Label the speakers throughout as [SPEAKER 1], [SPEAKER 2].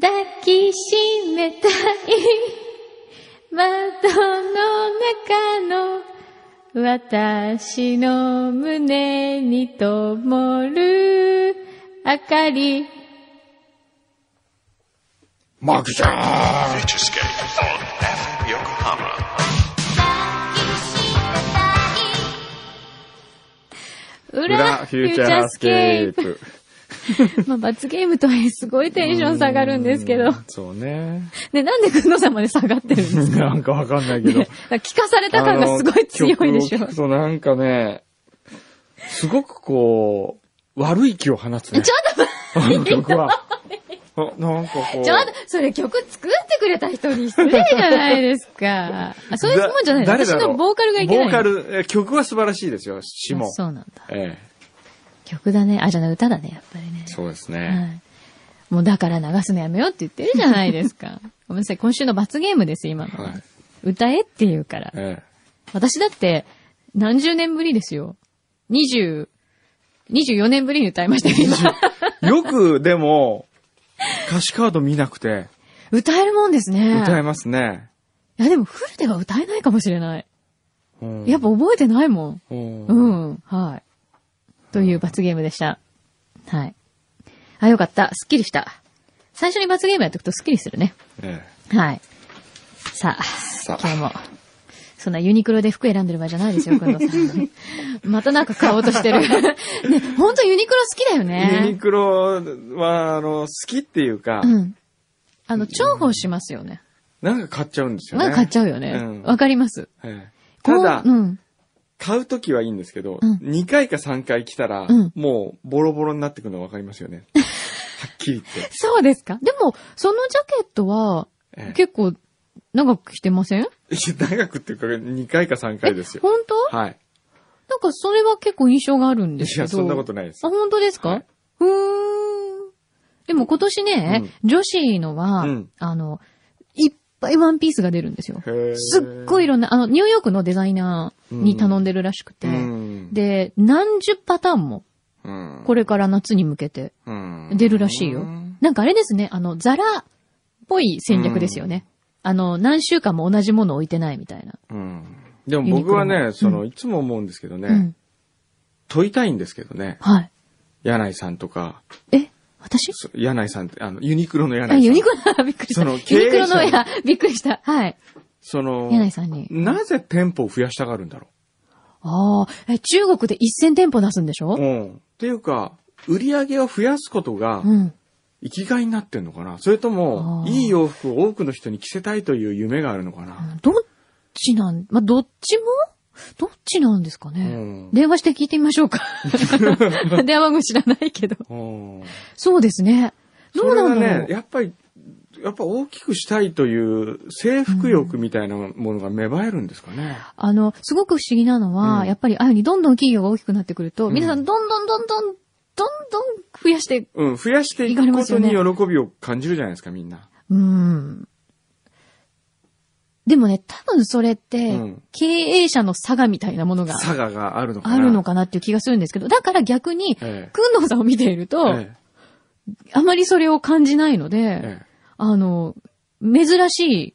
[SPEAKER 1] 抱きしめたい 窓の中の私の胸に灯る明かり
[SPEAKER 2] マクちゃん
[SPEAKER 3] Rich Escape on FM Yokohama.
[SPEAKER 1] 裏
[SPEAKER 2] 裏
[SPEAKER 1] フ
[SPEAKER 2] フ
[SPEAKER 1] ュ
[SPEAKER 2] ュ
[SPEAKER 1] ー
[SPEAKER 2] ー
[SPEAKER 1] チ
[SPEAKER 2] チ
[SPEAKER 1] ャ
[SPEAKER 2] ャ
[SPEAKER 1] ース
[SPEAKER 2] ース
[SPEAKER 1] ケ
[SPEAKER 2] ケ
[SPEAKER 1] ー
[SPEAKER 2] ー
[SPEAKER 1] プ。
[SPEAKER 2] プ。
[SPEAKER 1] まあ罰ゲームとはいえすごいテンション下がるんですけど
[SPEAKER 2] う。んそうね。
[SPEAKER 1] ね、なんでくんのさんまで下がってるんですか
[SPEAKER 2] なんかわかんないけど。
[SPEAKER 1] 聞かされた感がすごい強いでし
[SPEAKER 2] あの
[SPEAKER 1] ょ
[SPEAKER 2] 曲を聞く。となんかね、すごくこう、悪い気を放つね。
[SPEAKER 1] ちょっと待
[SPEAKER 2] あの曲 は。あなんかこう。
[SPEAKER 1] ちょっと、それ曲作ってくれた人に失礼じゃないです か。あ、そういうもんじゃない
[SPEAKER 2] 誰
[SPEAKER 1] 私
[SPEAKER 2] だろう
[SPEAKER 1] のボーカルがいけない。
[SPEAKER 2] ボーカル、え曲は素晴らしいですよ、詩も
[SPEAKER 1] あ。そうなんだ。
[SPEAKER 2] ええ、
[SPEAKER 1] 曲だね。あ、じゃない、歌だね、やっぱりね。
[SPEAKER 2] そうです
[SPEAKER 1] は
[SPEAKER 2] ね。
[SPEAKER 1] い。もうだから流すのやめようって言ってるじゃないです か。ごめんなさい、今週の罰ゲームです、今の。
[SPEAKER 2] はい
[SPEAKER 1] 歌えって言うから。
[SPEAKER 2] え
[SPEAKER 1] 私だって、何十年ぶりですよ。二十、二十四年ぶりに歌いましたよ、今。
[SPEAKER 2] え、よく、でも、歌詞カード見なくて、
[SPEAKER 1] 歌えるもんですね。
[SPEAKER 2] 歌えますね。
[SPEAKER 1] いや、でもフルでは歌えないかもしれない。
[SPEAKER 2] うん
[SPEAKER 1] やっぱ覚えてないもん。
[SPEAKER 2] うん
[SPEAKER 1] うん、はい。という罰ゲームでした。はい。あ、よかった。すっきりした。最初に罰ゲームやっておくとすっきりするね。
[SPEAKER 2] え
[SPEAKER 1] はい。さあ、
[SPEAKER 2] さあ
[SPEAKER 1] 今日も。そんなユニクロで服選んでる場合じゃないですよ、くんどうさん。 またなんか買おうとしてる。 ね、ほんとユニクロ好きだよ
[SPEAKER 2] えユニ
[SPEAKER 1] ね。
[SPEAKER 2] クロは、あの、好きっていうか、
[SPEAKER 1] うん。あの、重宝しますよね。
[SPEAKER 2] なんか買っちゃうんですよね。
[SPEAKER 1] なんか買っちゃうよね
[SPEAKER 2] うん。
[SPEAKER 1] わ、かります。
[SPEAKER 2] ええただ
[SPEAKER 1] こう、うん。
[SPEAKER 2] 買うときはいいんですけど、
[SPEAKER 1] うん
[SPEAKER 2] 2回か3回来たら、
[SPEAKER 1] うん
[SPEAKER 2] もうボロボロになってくるの分かりますよ ね。はっきり言って。
[SPEAKER 1] そうですか。でも、そのジャケットは、
[SPEAKER 2] ええ
[SPEAKER 1] 結構、長く着てません
[SPEAKER 2] 長くっていうか、2回か3回ですよ。
[SPEAKER 1] 本当
[SPEAKER 2] はい。
[SPEAKER 1] なんかそれは結構印象があるんです
[SPEAKER 2] い
[SPEAKER 1] けど。
[SPEAKER 2] や、そんなことないです
[SPEAKER 1] あ、。本当ですか、
[SPEAKER 2] はい
[SPEAKER 1] ふーん。でも今年ね、女子のは、
[SPEAKER 2] うん
[SPEAKER 1] あの、いっぱいワンピースが出るんですよ
[SPEAKER 2] へ。ー
[SPEAKER 1] すっごいいろんな、あの、ニューヨークのデザイナーに頼んでるらしくて、
[SPEAKER 2] うん
[SPEAKER 1] で、何十パターンも、
[SPEAKER 2] うん
[SPEAKER 1] これから夏に向けて
[SPEAKER 2] うん
[SPEAKER 1] 出るらしいよ。
[SPEAKER 2] うん
[SPEAKER 1] なんかあれですね、あの、ザラっぽい戦略ですよね。あの、何週間も同じもの置いてないみたいな。
[SPEAKER 2] うんでも僕
[SPEAKER 1] ユ
[SPEAKER 2] は
[SPEAKER 1] ニクロ
[SPEAKER 2] ね、
[SPEAKER 1] も
[SPEAKER 2] その、いつも思うんですけどね、
[SPEAKER 1] うん。
[SPEAKER 2] 問いたいんですけどね、
[SPEAKER 1] はい。
[SPEAKER 2] 柳井さんとか、
[SPEAKER 1] え私
[SPEAKER 2] そ柳井さんって、あの、ユニクロの柳井
[SPEAKER 1] あ、
[SPEAKER 2] さん。
[SPEAKER 1] ユニクロ、びっくりした。
[SPEAKER 2] その
[SPEAKER 1] ユニクロの、
[SPEAKER 2] 経営者の
[SPEAKER 1] いや、びっくりした。はい。
[SPEAKER 2] その、
[SPEAKER 1] 柳井さんに。
[SPEAKER 2] なぜ店舗を増やしたがるんだろ
[SPEAKER 1] ああ、え、中国で1000店舗出すんでし
[SPEAKER 2] う。う
[SPEAKER 1] ょ
[SPEAKER 2] ん。っていうか、売り上げを増やすことが、
[SPEAKER 1] うん。
[SPEAKER 2] 生きがいになってんのかなそれとも
[SPEAKER 1] あ、ー
[SPEAKER 2] いい洋服を多くの人に着せたいという夢があるのかな、
[SPEAKER 1] どっちなん、まあ、どっちもどっちなんですか
[SPEAKER 2] う
[SPEAKER 1] ね。
[SPEAKER 2] ん
[SPEAKER 1] 電話して聞いてみまし ょうか。電話も知らないけど。
[SPEAKER 2] うん
[SPEAKER 1] そうですね。どうなん
[SPEAKER 2] それ
[SPEAKER 1] だ
[SPEAKER 2] が
[SPEAKER 1] ろ
[SPEAKER 2] ね、
[SPEAKER 1] う。
[SPEAKER 2] やっぱり、やっぱ大きくしたいという征服欲みたいなものが芽生えるんですかね。
[SPEAKER 1] あの、すごく不思議なのは、
[SPEAKER 2] うん
[SPEAKER 1] やっぱりああいうふうにどんどん企業が大きくなってくると、
[SPEAKER 2] うん
[SPEAKER 1] 皆さんどんどんどんどん、どんどん増やして、
[SPEAKER 2] うん、増やしていくことに喜びを感じるじゃないですか、みんな。
[SPEAKER 1] うん。でもね、多分それって、
[SPEAKER 2] うん
[SPEAKER 1] 経営者の差がみたいなものが
[SPEAKER 2] 佐賀があるのかな。
[SPEAKER 1] あるのかなっていう気がするんですけど、だから逆に、くん
[SPEAKER 2] ええ。
[SPEAKER 1] のさんを見ていると、
[SPEAKER 2] ええ
[SPEAKER 1] あまりそれを感じないので、
[SPEAKER 2] え
[SPEAKER 1] あの、珍し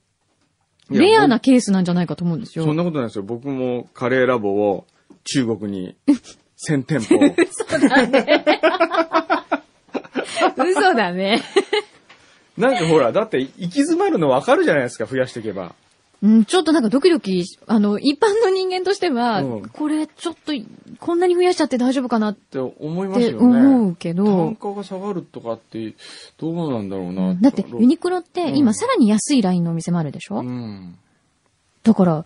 [SPEAKER 2] え
[SPEAKER 1] い、レアないケースなんじゃないかと思うんです
[SPEAKER 2] や
[SPEAKER 1] よ。
[SPEAKER 2] 僕そんなことないですよ。僕もカレーラボを中国に1000店舗。
[SPEAKER 1] 嘘だね。
[SPEAKER 2] なんかほら、だって行き詰まるの分かるじゃないですか、増やしていけば。
[SPEAKER 1] うん、ちょっとなんかドキドキ、あの、一般の人間としては、
[SPEAKER 2] うん
[SPEAKER 1] これちょっと、こんなに増やしちゃって大丈夫かなっ
[SPEAKER 2] って思います
[SPEAKER 1] て
[SPEAKER 2] よね。
[SPEAKER 1] 思うけど
[SPEAKER 2] 単、価が下がるとかって、どうなんだろう
[SPEAKER 1] う
[SPEAKER 2] な。
[SPEAKER 1] んだってユニクロって
[SPEAKER 2] うん
[SPEAKER 1] 今さらに安いラインのお店もあるでしょ、
[SPEAKER 2] うん。
[SPEAKER 1] だから、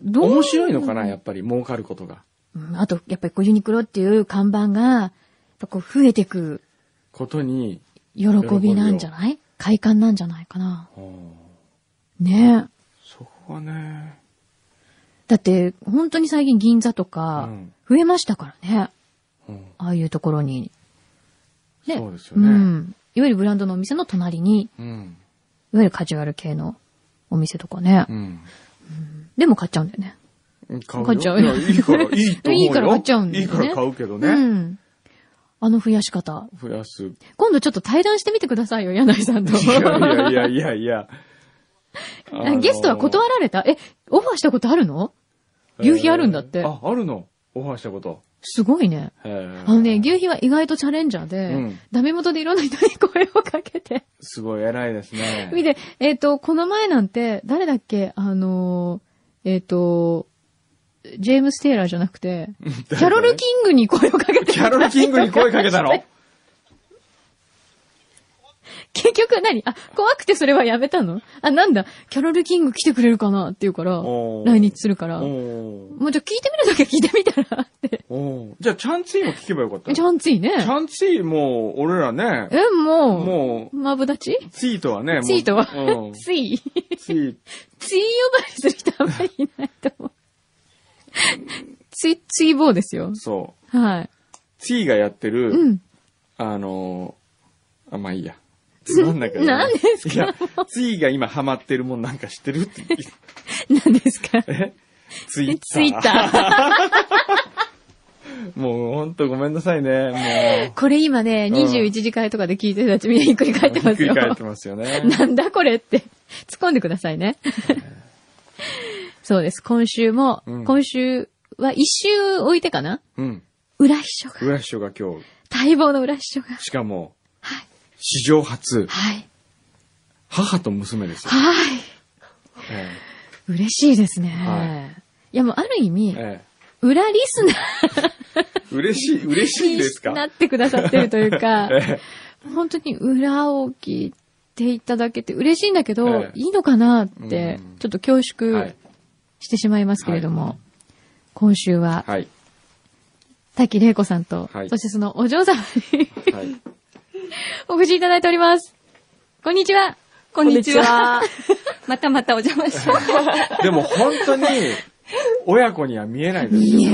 [SPEAKER 1] どう
[SPEAKER 2] 面白いのかな、やっぱり、儲かることが。
[SPEAKER 1] うんあと、やっぱりこうユニクロっていう看板が、やっぱこう増えてく
[SPEAKER 2] ことに、
[SPEAKER 1] 喜びなんじゃない快感なんじゃないかな。
[SPEAKER 2] うん
[SPEAKER 1] ねえ。
[SPEAKER 2] そこはね、
[SPEAKER 1] だって、本当に最近銀座と
[SPEAKER 2] う
[SPEAKER 1] か
[SPEAKER 2] ん、
[SPEAKER 1] 増えましたからね。
[SPEAKER 2] うん
[SPEAKER 1] ああいうところに。ね
[SPEAKER 2] そうですよね
[SPEAKER 1] うん。いわゆるブランドのお店の隣に、
[SPEAKER 2] うん。
[SPEAKER 1] いわゆるカジュアル系のお店とかね。
[SPEAKER 2] うん。
[SPEAKER 1] でも買っちゃうんだよね。
[SPEAKER 2] 買
[SPEAKER 1] 買っちゃう
[SPEAKER 2] いやいいから、いいと思うよ。
[SPEAKER 1] いいから買っちゃうんだ
[SPEAKER 2] い
[SPEAKER 1] よね
[SPEAKER 2] いから買うけどね。
[SPEAKER 1] うん。あの増やし方。
[SPEAKER 2] 増やす。い
[SPEAKER 1] 今度ちょっと対談してみてくださいよ、柳井さんと。
[SPEAKER 2] やいやいやいや。 あの
[SPEAKER 1] ゲストは断られたえ、オファーしたことあるの牛皮あるんだって
[SPEAKER 2] えーあ、あるのオファーしたこと。
[SPEAKER 1] すごいね。
[SPEAKER 2] へー
[SPEAKER 1] あのね、牛皮は意外とチャレンジャーで、
[SPEAKER 2] うん
[SPEAKER 1] ダメ元でいろんな人に声をかけて。
[SPEAKER 2] すごい偉いですね。
[SPEAKER 1] 見て、えっ、と、この前なんて、誰だっけあのーえっ、と、ジェームス・テイラーじゃなくて、 キャロル・キングに声をかけて。
[SPEAKER 2] キャロル・キングに声かけたの
[SPEAKER 1] 結局何あ、怖くてそれはやめたのあ、なんだ、キャロル・キング来てくれるかなって言うから、
[SPEAKER 2] おー
[SPEAKER 1] 来日するから、も
[SPEAKER 2] おー
[SPEAKER 1] うじゃあ聞いてみるだけ聞いてみたらって。
[SPEAKER 2] おーじゃあ、チャンツィーも聞けばよかった。
[SPEAKER 1] ちゃんついね
[SPEAKER 2] チ。ャンツィーも、俺らね、
[SPEAKER 1] え、もう、
[SPEAKER 2] もう、
[SPEAKER 1] マブダチ
[SPEAKER 2] ツイートはね、もう
[SPEAKER 1] ツイートは
[SPEAKER 2] うん、ツ
[SPEAKER 1] つい、つい呼ば
[SPEAKER 2] イー
[SPEAKER 1] わりする人あんまりいないと思う。つい、つい棒ですよ
[SPEAKER 2] ト、。そう。
[SPEAKER 1] はい。
[SPEAKER 2] ツイーがやってる、
[SPEAKER 1] うん。
[SPEAKER 2] あのー、あ、まあいいや。つまんなくな
[SPEAKER 1] 何ですか
[SPEAKER 2] いや、ツイーが今ハマってるもんなんか知ってるって言って
[SPEAKER 1] 何ですか
[SPEAKER 2] えツイッター。
[SPEAKER 1] ツイッタ
[SPEAKER 2] もうほんとごめんなさいね。
[SPEAKER 1] ー。これ今ね、21時会とかで聞いてる人たちみんなひっくり
[SPEAKER 2] も
[SPEAKER 1] 返
[SPEAKER 2] う、
[SPEAKER 1] ってます
[SPEAKER 2] ひっくり
[SPEAKER 1] よ。
[SPEAKER 2] 返ってますよね。
[SPEAKER 1] なんだこれって。突っ込んでください ね。そうです。今週も、
[SPEAKER 2] うん
[SPEAKER 1] 今週は一周置いてかな
[SPEAKER 2] うん。
[SPEAKER 1] 裏秘書が。
[SPEAKER 2] 浦秘書が今日、
[SPEAKER 1] 待望の裏秘書が。
[SPEAKER 2] しかも、
[SPEAKER 1] はい。
[SPEAKER 2] 史上初、
[SPEAKER 1] はい。
[SPEAKER 2] 母と娘ですよ。
[SPEAKER 1] はい。
[SPEAKER 2] え
[SPEAKER 1] 嬉しいですね。、
[SPEAKER 2] はい
[SPEAKER 1] やもうある意
[SPEAKER 2] え
[SPEAKER 1] 味、
[SPEAKER 2] え
[SPEAKER 1] 裏リスナ
[SPEAKER 2] え嬉しい、嬉しいんです
[SPEAKER 1] ー
[SPEAKER 2] か
[SPEAKER 1] になってくださってるというか、
[SPEAKER 2] え
[SPEAKER 1] 本当に裏を聞いていただけて嬉しいんだけど、
[SPEAKER 2] ええ
[SPEAKER 1] いいのかなって
[SPEAKER 2] うん、
[SPEAKER 1] ちょっと恐
[SPEAKER 2] え
[SPEAKER 1] 縮
[SPEAKER 2] い。
[SPEAKER 1] してしまいますけれども、
[SPEAKER 2] はい
[SPEAKER 1] 今週は、
[SPEAKER 2] はい。
[SPEAKER 1] 滝玲子さんと、
[SPEAKER 2] はい
[SPEAKER 1] そしてそのお嬢様に
[SPEAKER 2] はい。
[SPEAKER 1] お越しいただいております。こんにちは。
[SPEAKER 4] こんにちは。 またまたお邪魔します。
[SPEAKER 2] でも本当に、親子には見えないですよ。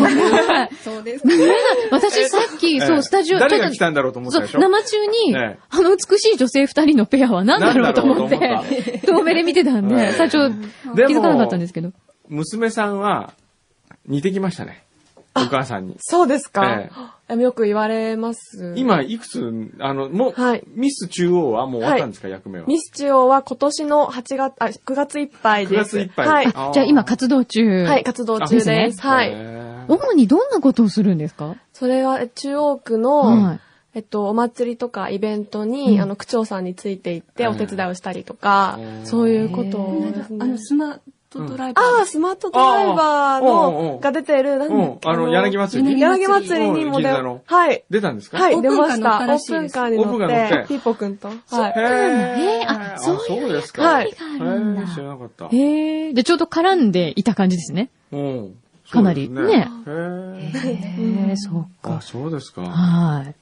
[SPEAKER 4] そうです。
[SPEAKER 1] 私さっき、
[SPEAKER 2] ええ
[SPEAKER 1] そう、スタジオ、
[SPEAKER 2] 誰が来たんだろうと思ったでし
[SPEAKER 1] そ
[SPEAKER 2] ょ
[SPEAKER 1] う、生中に、
[SPEAKER 2] ええ
[SPEAKER 1] あの美しい女性二人のペアは何だろうと思っ
[SPEAKER 2] 何だろうと思
[SPEAKER 1] て、遠目で見てたん
[SPEAKER 2] ええ
[SPEAKER 1] で、最初、気
[SPEAKER 2] でも
[SPEAKER 1] づかなかったんですけど。
[SPEAKER 2] 娘さんは、似てきましたね。お母さんに。
[SPEAKER 5] そうで
[SPEAKER 2] え
[SPEAKER 5] すか、よく言われます。
[SPEAKER 2] 今、いくつ、あの、もう、
[SPEAKER 5] はい
[SPEAKER 2] ミス中央はもう終わったんですか、役目は。
[SPEAKER 5] ミスチオは今年の8月、あ、9月いっぱいです。
[SPEAKER 2] 9月いっぱい
[SPEAKER 5] はい。
[SPEAKER 2] あ
[SPEAKER 1] じゃあ今活動中。
[SPEAKER 5] はい、活動中
[SPEAKER 1] で
[SPEAKER 5] ですす。
[SPEAKER 1] ね
[SPEAKER 5] はい。
[SPEAKER 2] へー
[SPEAKER 1] 主にどんなことをするんですか
[SPEAKER 5] それは、え中央区の、
[SPEAKER 1] はい
[SPEAKER 5] えっと、お祭りとかイベントに、
[SPEAKER 1] うん
[SPEAKER 5] あの、区長さんについて行っ
[SPEAKER 2] え
[SPEAKER 5] て
[SPEAKER 2] え
[SPEAKER 5] お手伝いをしたりとか、
[SPEAKER 2] うん
[SPEAKER 5] そういうことをです
[SPEAKER 4] あ
[SPEAKER 5] ね
[SPEAKER 4] の、。スマートドライバー。
[SPEAKER 5] ああ、スマートドライバー
[SPEAKER 2] ああうんうん
[SPEAKER 5] の、が出てる、なんだ
[SPEAKER 2] う
[SPEAKER 5] っ
[SPEAKER 2] ん、
[SPEAKER 5] け
[SPEAKER 2] あの、柳祭り。
[SPEAKER 5] 柳祭りにも出
[SPEAKER 2] 銀座の、
[SPEAKER 5] はい。
[SPEAKER 2] 出たんですか
[SPEAKER 5] は
[SPEAKER 4] オ
[SPEAKER 5] い、
[SPEAKER 4] ープ
[SPEAKER 5] 出
[SPEAKER 4] ン
[SPEAKER 5] ました。オ
[SPEAKER 4] カー乗ったらし
[SPEAKER 5] ー
[SPEAKER 4] い
[SPEAKER 5] プ
[SPEAKER 4] で
[SPEAKER 5] ン
[SPEAKER 4] す
[SPEAKER 5] カーに乗
[SPEAKER 2] オープン
[SPEAKER 5] っ
[SPEAKER 2] カー乗って
[SPEAKER 5] て、ピーポくんと。はい。
[SPEAKER 2] へ
[SPEAKER 1] へーあそういう
[SPEAKER 2] うです
[SPEAKER 5] はい
[SPEAKER 2] へ
[SPEAKER 1] なんだ
[SPEAKER 2] ー知らなかった。
[SPEAKER 1] へえ。で、ちょうど絡んでいた感じですね。
[SPEAKER 2] うん。
[SPEAKER 1] かなり
[SPEAKER 2] そうです
[SPEAKER 1] ね
[SPEAKER 2] へー
[SPEAKER 1] へえ、そう
[SPEAKER 2] あ、
[SPEAKER 1] か。
[SPEAKER 2] そうですか。
[SPEAKER 1] はい。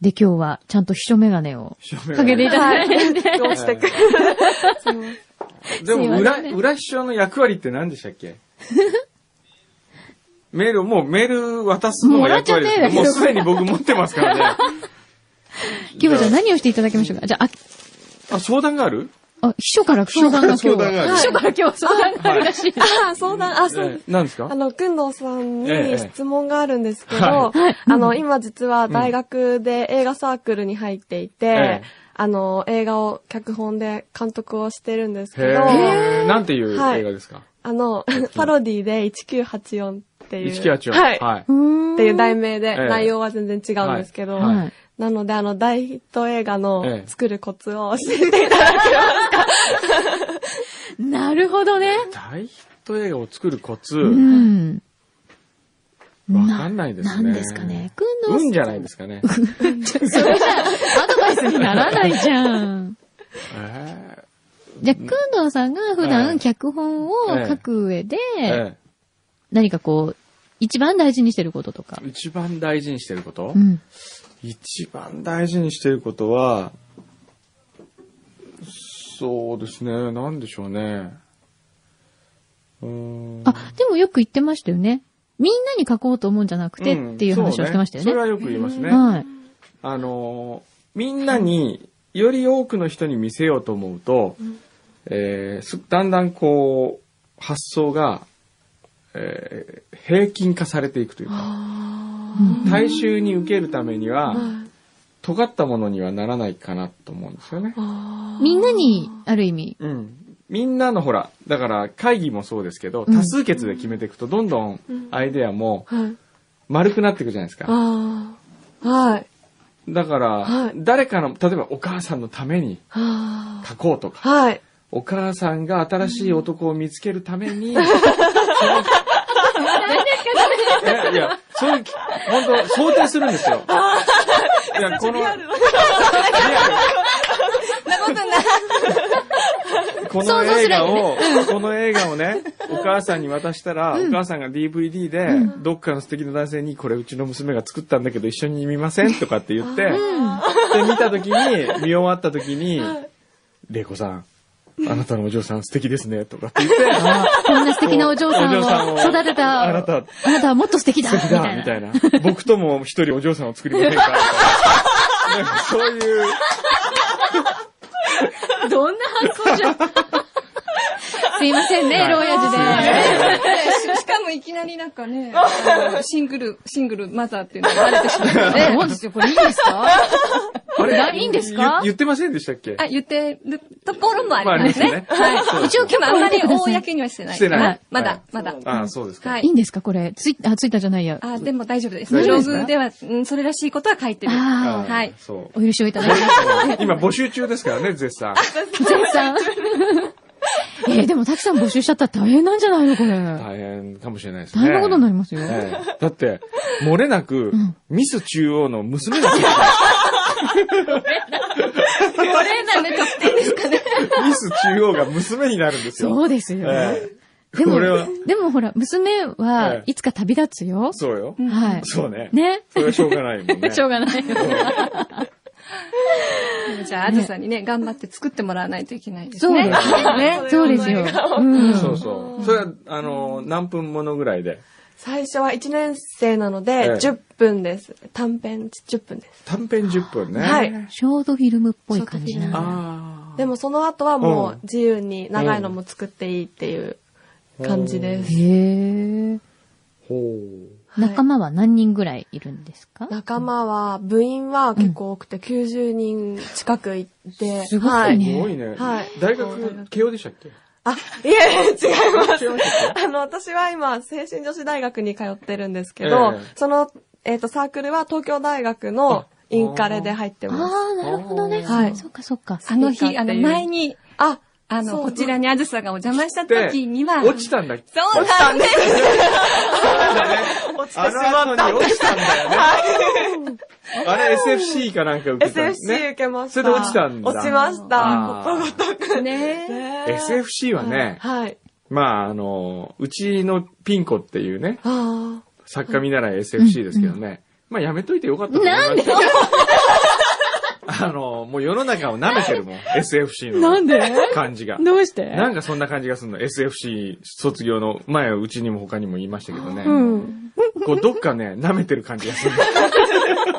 [SPEAKER 1] で、今日は、ちゃんと秘書メガネを
[SPEAKER 2] 秘書メガネ
[SPEAKER 1] かけていただいて。
[SPEAKER 5] 落ちてくる。
[SPEAKER 2] です
[SPEAKER 1] い
[SPEAKER 2] も、
[SPEAKER 1] ま
[SPEAKER 2] 裏、
[SPEAKER 1] せん
[SPEAKER 2] 裏秘書の役割って何でしたっけ メール、もうメール渡すのが役割です。
[SPEAKER 1] もうもら
[SPEAKER 2] も
[SPEAKER 1] っちゃって
[SPEAKER 2] うすでに僕持ってま すからね。
[SPEAKER 1] 今日はじゃあ何をしていただきましょうかじゃあ、
[SPEAKER 2] あ、相談がある
[SPEAKER 1] あ、あ秘書から相談が今日
[SPEAKER 2] 秘書から相談が
[SPEAKER 1] は。
[SPEAKER 2] ある
[SPEAKER 1] 秘書から今日相談があるらしい。
[SPEAKER 5] あ、相談、あ、そ
[SPEAKER 2] え
[SPEAKER 5] う。
[SPEAKER 2] 何です
[SPEAKER 5] あ
[SPEAKER 2] か
[SPEAKER 5] の、くんどうさん
[SPEAKER 2] ええ
[SPEAKER 5] に質問があるんですけ
[SPEAKER 2] は
[SPEAKER 5] ど、あの、今実は大学で映画サークルに入ってい
[SPEAKER 2] ええ
[SPEAKER 5] て、あの、映画を脚本で監督をしてるんです
[SPEAKER 2] へ
[SPEAKER 5] けど、
[SPEAKER 2] え。なんていう映
[SPEAKER 5] はい
[SPEAKER 2] 画ですか
[SPEAKER 5] あの、パロディで1984っていう。
[SPEAKER 2] ?1984。
[SPEAKER 5] はい。
[SPEAKER 2] は
[SPEAKER 1] う
[SPEAKER 2] い。
[SPEAKER 1] ーん
[SPEAKER 5] っていう題名で、
[SPEAKER 2] ええ
[SPEAKER 5] 内容は全然違うんですけど、
[SPEAKER 2] はい
[SPEAKER 1] はい
[SPEAKER 5] なので、あの、大ヒット映画
[SPEAKER 2] え
[SPEAKER 5] の
[SPEAKER 2] え
[SPEAKER 5] 作るコツを教えていただ
[SPEAKER 1] なるほどね。
[SPEAKER 2] 大ヒット映画を作るコツ、
[SPEAKER 1] うん。
[SPEAKER 2] わかんないですね。
[SPEAKER 1] なんですかね。くんの
[SPEAKER 2] 運じゃないですかね。
[SPEAKER 1] それじゃあ、アドバイスにならないじゃ ん。
[SPEAKER 2] え
[SPEAKER 1] じゃあ、くんどうさんが普
[SPEAKER 2] ええ
[SPEAKER 1] 段脚本を書く上で、
[SPEAKER 2] ええ
[SPEAKER 1] 何かこう、一番大事にしてることとか
[SPEAKER 2] え。一番大事にしてること、
[SPEAKER 1] うん。
[SPEAKER 2] 一番大事にしてることは、そうですね、なんでしょうね。うーん
[SPEAKER 1] あ、でもよく言ってましたよね。みんなに書こうと思うんじゃなくて
[SPEAKER 2] ん
[SPEAKER 1] っていう話をしてましたよ
[SPEAKER 2] そうそれ
[SPEAKER 1] ね。
[SPEAKER 2] はよく言いますね。
[SPEAKER 1] はい。
[SPEAKER 2] あのー、みんなに、より多くの人に見せようと思うと、えーすだんだんこう、発想が、えー平均化されていくというか、
[SPEAKER 1] うん
[SPEAKER 2] 大衆に受けるためには、尖ったものにはならないかなと思うんですよね。
[SPEAKER 1] みんなに、ある意味、
[SPEAKER 2] うん。みんなのほら、だから会議もそうですけど、
[SPEAKER 1] うん
[SPEAKER 2] 多数決で決めていくと、どんどんアイデアも
[SPEAKER 5] はい。
[SPEAKER 2] 丸くなっていくじゃないですか。
[SPEAKER 5] ああ。はい。
[SPEAKER 2] だか
[SPEAKER 5] は
[SPEAKER 2] ら
[SPEAKER 5] い、
[SPEAKER 2] 誰かの、例えばお母さんのために
[SPEAKER 5] あ
[SPEAKER 2] 書こうとか、
[SPEAKER 5] あ。はい。
[SPEAKER 2] お母さんが新しい男を見つけるため に、いや、いや、そういう、本当想定するんですよ。いや、この、リアルこの映画を、この映画をね、お母さんに渡したら、お母さんが DVD で、どっかの素敵な男性に、これうちの娘が作ったんだけど一緒に見ませんとかって言って、で、見た時に、見終わった時に、玲子さん、あなたのお嬢さん素敵ですね、とかって言って、
[SPEAKER 1] こんな素敵なお嬢さ
[SPEAKER 2] お嬢さ
[SPEAKER 1] ん
[SPEAKER 2] ん
[SPEAKER 1] を
[SPEAKER 2] を
[SPEAKER 1] 育てた、
[SPEAKER 2] あなた
[SPEAKER 1] あなたはもっと素敵だ、
[SPEAKER 2] 素敵だみ
[SPEAKER 1] み
[SPEAKER 2] た
[SPEAKER 1] た
[SPEAKER 2] い
[SPEAKER 1] いな。
[SPEAKER 2] な。僕とも一人お嬢さんを作りません かみたいななんかそういう、
[SPEAKER 1] どんな発想じゃん。 すいませんね、牢親父で。
[SPEAKER 4] しかもいきなりなんかね、あのシングル、シングルマザーっていうのがバレてしまった ので、
[SPEAKER 1] え、もうですよ、これいいんですか
[SPEAKER 2] あ
[SPEAKER 1] なないんですか
[SPEAKER 2] ゆ言ってませんでしたっけ
[SPEAKER 4] あ、言ってるところもありますね。
[SPEAKER 2] まあありますよね
[SPEAKER 4] はい。一応今日あんまり公にはしてない。
[SPEAKER 2] してない
[SPEAKER 4] はいま
[SPEAKER 2] は
[SPEAKER 4] だ
[SPEAKER 2] い、
[SPEAKER 4] まだ。
[SPEAKER 2] ああ、そうですか。
[SPEAKER 4] はい
[SPEAKER 1] いいんですか、これ。ツイッター、あツイッターじゃないや。
[SPEAKER 4] あ、でも大丈夫です。
[SPEAKER 2] 大丈夫です
[SPEAKER 4] ブロ
[SPEAKER 2] か
[SPEAKER 4] グでは、うん、それらしいことは書いてる。
[SPEAKER 2] あ
[SPEAKER 1] あ
[SPEAKER 2] あ
[SPEAKER 1] あ、
[SPEAKER 4] はい
[SPEAKER 2] そう。
[SPEAKER 1] お許しをい ただきます。
[SPEAKER 2] 今募集中ですからね、絶賛。
[SPEAKER 1] 絶賛。 えーでも、たきさん募集しちゃったら大変なんじゃないのこれ。
[SPEAKER 2] 大変かもしれないですね。
[SPEAKER 1] 大変なことになりますよ。
[SPEAKER 2] ええだって、漏れなく、ミス中央の娘が、
[SPEAKER 4] これなね、得点ですかね。
[SPEAKER 2] ミス中央が娘になるんですよ。
[SPEAKER 1] そうですよ。
[SPEAKER 2] ええ
[SPEAKER 1] でも
[SPEAKER 2] これは、、
[SPEAKER 1] でもほら、娘は
[SPEAKER 2] ええ
[SPEAKER 1] いつか旅立つよ。
[SPEAKER 2] そうよ。
[SPEAKER 1] はい。
[SPEAKER 2] そうね。
[SPEAKER 1] ね。
[SPEAKER 2] それはしょうがないもんね。
[SPEAKER 1] しょうがない。
[SPEAKER 4] じゃあ、あずさんにね、頑張って作ってもらわないといけないです
[SPEAKER 1] そう
[SPEAKER 4] ね。
[SPEAKER 1] ですよね。そうですよ。うん
[SPEAKER 2] そうそう。それは、あの、何分ものぐらいで。
[SPEAKER 5] 最初は1年生なの
[SPEAKER 2] ええ
[SPEAKER 5] で、10分です。短編10分です。
[SPEAKER 2] 短編10分ね。
[SPEAKER 5] はい。
[SPEAKER 1] ショートフィルムっぽい感じなんだ
[SPEAKER 2] あ
[SPEAKER 5] でもその後は
[SPEAKER 2] う
[SPEAKER 5] も
[SPEAKER 2] ん
[SPEAKER 5] う自由に長いのも作っていいっていう感じです。
[SPEAKER 1] へえ。
[SPEAKER 2] あ。ほう。
[SPEAKER 5] はい
[SPEAKER 1] 仲間は何人ぐらいいるんですか
[SPEAKER 5] 仲間は、部員は結構多くて90人近くいて。
[SPEAKER 1] すごいね
[SPEAKER 2] すご
[SPEAKER 5] は
[SPEAKER 2] いね。
[SPEAKER 5] はい
[SPEAKER 2] 大学、慶応でしたっけ
[SPEAKER 5] あ、いえ、違います。
[SPEAKER 2] 違いましたっ
[SPEAKER 5] あの、私は今、精神女子大学に通ってるんですけど、
[SPEAKER 2] ええ
[SPEAKER 5] その、えっ、と、サークルは東京大学のインカレで入ってます。
[SPEAKER 1] ああ、なるほどね。
[SPEAKER 5] はい
[SPEAKER 1] そっかそっか。
[SPEAKER 4] あの日、あの、前に、
[SPEAKER 5] あ、
[SPEAKER 4] あの、こちらにあずさがお邪魔した
[SPEAKER 2] け
[SPEAKER 4] 時には、
[SPEAKER 2] 落ちたんだっけ
[SPEAKER 4] そうなんです。
[SPEAKER 5] 落ちて
[SPEAKER 2] あ
[SPEAKER 5] しま
[SPEAKER 2] の
[SPEAKER 5] っ
[SPEAKER 2] 後に
[SPEAKER 5] た。
[SPEAKER 2] 落ちたんだよね。あれ SFC かなんか受けた、ね。
[SPEAKER 5] SFC 受けました。
[SPEAKER 2] それで落ちたんだ。
[SPEAKER 5] 落ちまし
[SPEAKER 2] あ
[SPEAKER 5] た。
[SPEAKER 2] ー
[SPEAKER 4] ね
[SPEAKER 5] ね
[SPEAKER 2] SFC はね、
[SPEAKER 5] はい。
[SPEAKER 2] まああの、うちのピンコっていうね、
[SPEAKER 5] あ
[SPEAKER 2] 作家見習い SFC ですけどね。まあやめといてよかったと思います。なんで あの、もう世の中を舐めてるもん。SFC の。
[SPEAKER 1] なんで
[SPEAKER 2] 感じが。
[SPEAKER 1] どうして
[SPEAKER 2] なんかそんな感じがするの。SFC 卒業の前、うちにも他にも言いましたけどね。
[SPEAKER 1] うん。
[SPEAKER 2] こう、どっかね、舐めてる感じがするの。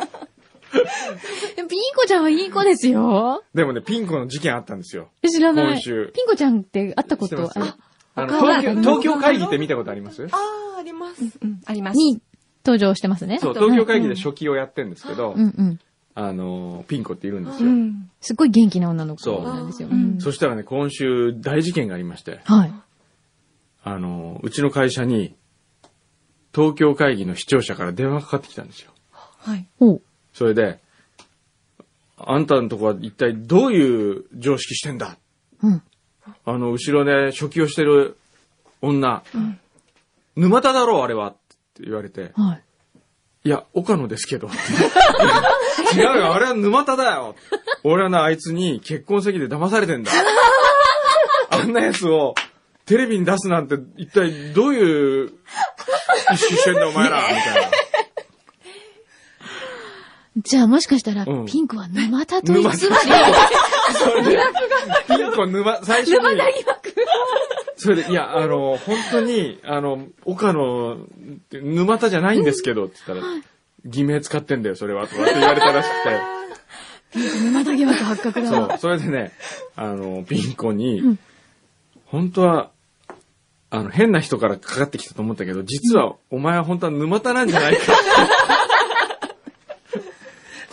[SPEAKER 1] でもピンコちゃんはいい子ですよ。
[SPEAKER 2] でもね、ピンコの事件あったんですよ。
[SPEAKER 1] え知らない。
[SPEAKER 2] 今週
[SPEAKER 1] ピンコちゃんって会ったこ
[SPEAKER 2] 知ってま
[SPEAKER 1] と
[SPEAKER 2] す
[SPEAKER 1] あ
[SPEAKER 2] あの、
[SPEAKER 5] 他は
[SPEAKER 2] 東京、東京会議って見たことあります
[SPEAKER 5] あ。ああ、あります。
[SPEAKER 4] うんあります。
[SPEAKER 1] に登場してますね。
[SPEAKER 2] そう、東京会議で初期をやってんですけど
[SPEAKER 1] う、んうん。
[SPEAKER 2] あの、ピンコっているんです
[SPEAKER 4] う
[SPEAKER 2] よ。
[SPEAKER 4] ん。
[SPEAKER 1] すっごい元気な女の子
[SPEAKER 2] そう
[SPEAKER 1] なんですよ。
[SPEAKER 4] うん
[SPEAKER 1] うん
[SPEAKER 2] そしたらね、今週大事件がありまして、
[SPEAKER 1] はい。
[SPEAKER 2] あの、うちの会社に、東京会議の視聴者から電話がかかってきたんですよ。
[SPEAKER 4] はい。
[SPEAKER 1] おう
[SPEAKER 2] それで、あんたのとこは一体どういう常識してんだ
[SPEAKER 1] うん。
[SPEAKER 2] あの、後ろで初期をしてる女、沼田だろう、あれはって言われて、
[SPEAKER 1] はい。
[SPEAKER 2] いや、岡野ですけど。違うよ、あれは沼田だよ。俺はな、あいつに結婚詐欺で騙されてんだ。あんなやつをテレビに出すなんて一体どういう一周してんだお前ら、みたいな。
[SPEAKER 1] じゃあもしかしたら
[SPEAKER 2] う、ん
[SPEAKER 1] ピンクは沼田と偽り、
[SPEAKER 2] 沼田それで、ピンコ沼、最初に。沼大学それで、いや、あの、本当に、あの、岡野、沼田じゃないんですけど、って言ったら、偽名使ってんだよ、それは、とかって言われたらしくて。
[SPEAKER 1] 沼田疑惑発覚
[SPEAKER 2] そ
[SPEAKER 1] だ。
[SPEAKER 2] う。それでね、あの、ピンコに、本当は、あの、変な人からかかってきたと思ったけど、実はお前は本当は沼田なんじゃないか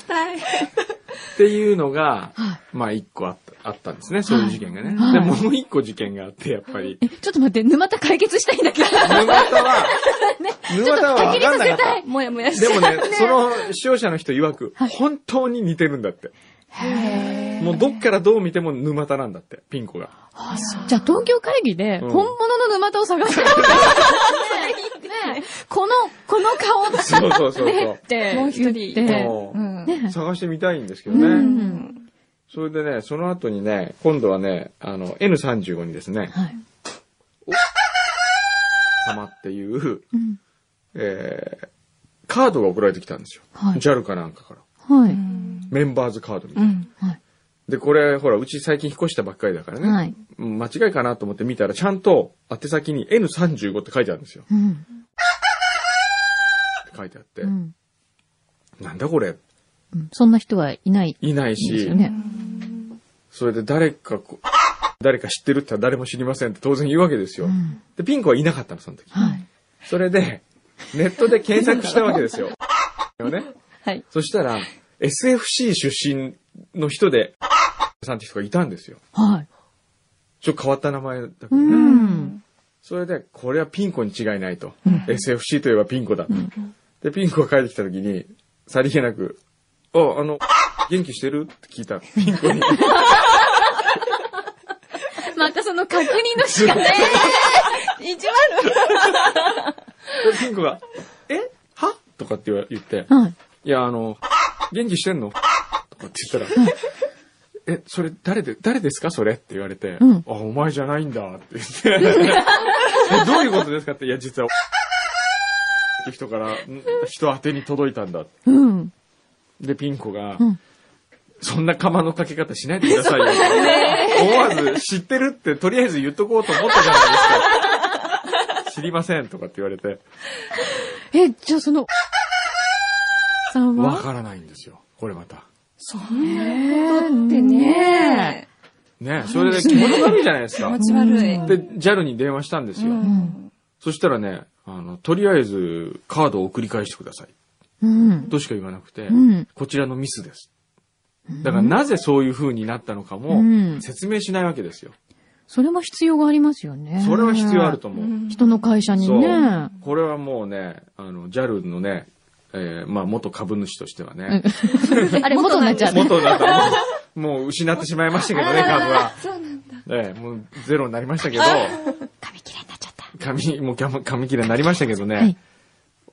[SPEAKER 4] 大変。
[SPEAKER 2] っていうの が
[SPEAKER 1] はい、
[SPEAKER 2] まあ一個あったあったんですね、そういう事件がね。
[SPEAKER 1] はい
[SPEAKER 2] で、もう一個事件があって、やっぱり。
[SPEAKER 1] え、ちょっと待って、沼田解決したいんだけど。
[SPEAKER 2] 沼田は、 沼田は分かんなかった。
[SPEAKER 4] もやもやして
[SPEAKER 2] でも ね、その視聴者の人曰く、本当に似てるんだって。もうどっからどう見ても沼田なんだって、ピンコ が。
[SPEAKER 1] じゃあ東京会議で、
[SPEAKER 2] うん
[SPEAKER 1] 本物の沼田を探す。ねねこの、この顔だ
[SPEAKER 2] そうそうそうそ
[SPEAKER 1] ね
[SPEAKER 2] う
[SPEAKER 1] って
[SPEAKER 4] もう一人
[SPEAKER 1] 言っ
[SPEAKER 4] い
[SPEAKER 1] て。
[SPEAKER 2] もう
[SPEAKER 4] うん。
[SPEAKER 2] 探してみたいんですけど
[SPEAKER 1] う
[SPEAKER 2] ね。
[SPEAKER 1] ん。
[SPEAKER 2] それでね、その後にね、今度はね、あの、N35 にですね、
[SPEAKER 1] はい。
[SPEAKER 2] 様っていう、
[SPEAKER 1] うん
[SPEAKER 2] えー、カードが送られてきたんですよ。
[SPEAKER 1] はい。
[SPEAKER 2] JAL かなんかから。
[SPEAKER 1] はい。
[SPEAKER 2] メンバーズカードみた
[SPEAKER 4] う
[SPEAKER 2] いな。
[SPEAKER 4] ん。
[SPEAKER 1] はい。
[SPEAKER 2] で、これ、ほら、うち最近引っ越したばっかりだからね。
[SPEAKER 1] はい
[SPEAKER 2] うん間違いかなと思って見たら、ちゃんと宛先に N35 って書いてあるんですよ。
[SPEAKER 1] うん。
[SPEAKER 2] って書いてあって。
[SPEAKER 1] うん
[SPEAKER 2] なんだこれ
[SPEAKER 1] うんそんな人はいない
[SPEAKER 2] いない
[SPEAKER 1] んです
[SPEAKER 2] し、
[SPEAKER 1] よね。
[SPEAKER 2] それで誰かこ、誰か知ってるって言ったら誰も知りませんって当然言うわけですよ。
[SPEAKER 1] うん
[SPEAKER 2] で、ピンクはいなかったの、その時。
[SPEAKER 1] はい。
[SPEAKER 2] それで、ネットで検索したわけです よ。よね。
[SPEAKER 1] はい。
[SPEAKER 2] そしたら、SFC 出身の人で、さんって人がいたんですよ。
[SPEAKER 1] はい。
[SPEAKER 2] ちょっと変わった名前だけ
[SPEAKER 1] う
[SPEAKER 2] どね。
[SPEAKER 1] ん。
[SPEAKER 2] それで、これはピンコに違いないと。SFC といえばピンコだと。で、ピンコが帰ってきた時に、さりげなく、あ、あの、元気してるって聞いた。ピンコ に。
[SPEAKER 1] またその確認の仕方。
[SPEAKER 4] 一
[SPEAKER 2] でピンコが、えはとかって言わ言って、
[SPEAKER 1] はい。
[SPEAKER 2] いや、あの、元気してんのとかって言っ たら、え、それ誰で、誰ですかそれって言われて、
[SPEAKER 1] うん
[SPEAKER 2] あ、お前じゃないんだって言って、 えどういうことですかって、いや、実は、って人から、ん人宛てに届いたんだ。
[SPEAKER 1] うん。
[SPEAKER 2] で、ピンコが、
[SPEAKER 1] うん
[SPEAKER 2] そんな釜のかけ方しないでくださいよ。 思わず、知ってるって、とりあえず言っとこうと思ったじゃないですか。知りませんとかって言われて、
[SPEAKER 1] え、じゃあその、さん
[SPEAKER 2] わ
[SPEAKER 1] は
[SPEAKER 2] からないんですよ。これまた。
[SPEAKER 1] だって
[SPEAKER 4] 番ね
[SPEAKER 2] ねそれで気持ち悪いじゃないです
[SPEAKER 4] 気
[SPEAKER 2] か
[SPEAKER 4] 持。ち悪い。
[SPEAKER 2] で、JAL に電話したんですよ。
[SPEAKER 1] うん。
[SPEAKER 2] そしたらね、あの、とりあえずカードを送り返してください。
[SPEAKER 1] うん。
[SPEAKER 2] としか言わなくて、
[SPEAKER 1] ん
[SPEAKER 2] こちらのミスです。だからなぜそういう風になったのか
[SPEAKER 1] う
[SPEAKER 2] も
[SPEAKER 1] ん
[SPEAKER 2] 説明しないわけですよ。
[SPEAKER 1] それも必要がありますよね。
[SPEAKER 2] それは必要あると思う。
[SPEAKER 1] 人の会社に
[SPEAKER 2] そう
[SPEAKER 1] ね。。
[SPEAKER 2] これはもうね、あの、JAL のね、えーまあ元株主としてはね、
[SPEAKER 1] あれ、元になっちゃうね。
[SPEAKER 2] 元だったもうもう失ってしまいましたけ どね、株は。
[SPEAKER 4] そうなんだ。
[SPEAKER 2] ええもうゼロになりましたけど、
[SPEAKER 1] 髪切れになっちゃった。
[SPEAKER 2] 紙、もう紙紙切れになりましたけどね、
[SPEAKER 1] はい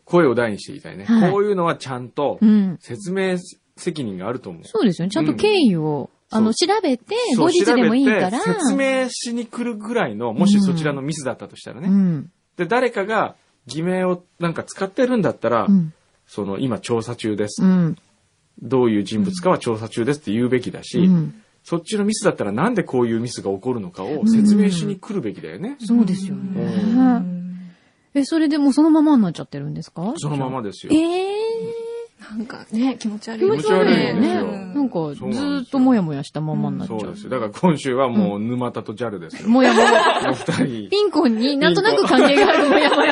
[SPEAKER 2] 声を大にして言いたいね、
[SPEAKER 1] はい
[SPEAKER 2] こういうのはちゃんと
[SPEAKER 1] うん
[SPEAKER 2] 説明責任があると思う。
[SPEAKER 1] そうですよね。ちゃんと経緯を、
[SPEAKER 2] うん
[SPEAKER 1] あの、調べて、
[SPEAKER 2] そう
[SPEAKER 1] 後日でもいいから。
[SPEAKER 2] 調べて説明しに来るぐらいの、もしそちらのミスだったとしたらね。
[SPEAKER 1] うん。
[SPEAKER 2] で、誰かが偽名をなんか使ってるんだったら、
[SPEAKER 1] うん。
[SPEAKER 2] その今調査中です、
[SPEAKER 1] うん。
[SPEAKER 2] どういう人物かは調査中ですって言うべきだし、
[SPEAKER 1] うん
[SPEAKER 2] そっちのミスだったらなんでこういうミスが起こるのかを説明しに来るべきだよね。
[SPEAKER 1] そうですよね。
[SPEAKER 2] う
[SPEAKER 1] え、それでもうそのままになっちゃってるんですか
[SPEAKER 2] そのままですよ。
[SPEAKER 1] ええ
[SPEAKER 4] なんかね、気持ち悪い。
[SPEAKER 1] 気持ち悪いよね。
[SPEAKER 2] 気持ち悪いんですよ
[SPEAKER 1] なんか、ずーっともやもやしたままになっちゃ
[SPEAKER 2] そう
[SPEAKER 1] う
[SPEAKER 2] です。よ。だから今週はもう沼田と JAL ですよ。
[SPEAKER 1] もやもや。
[SPEAKER 2] お二人。
[SPEAKER 1] ピンコになんとなく関係があるもやもや。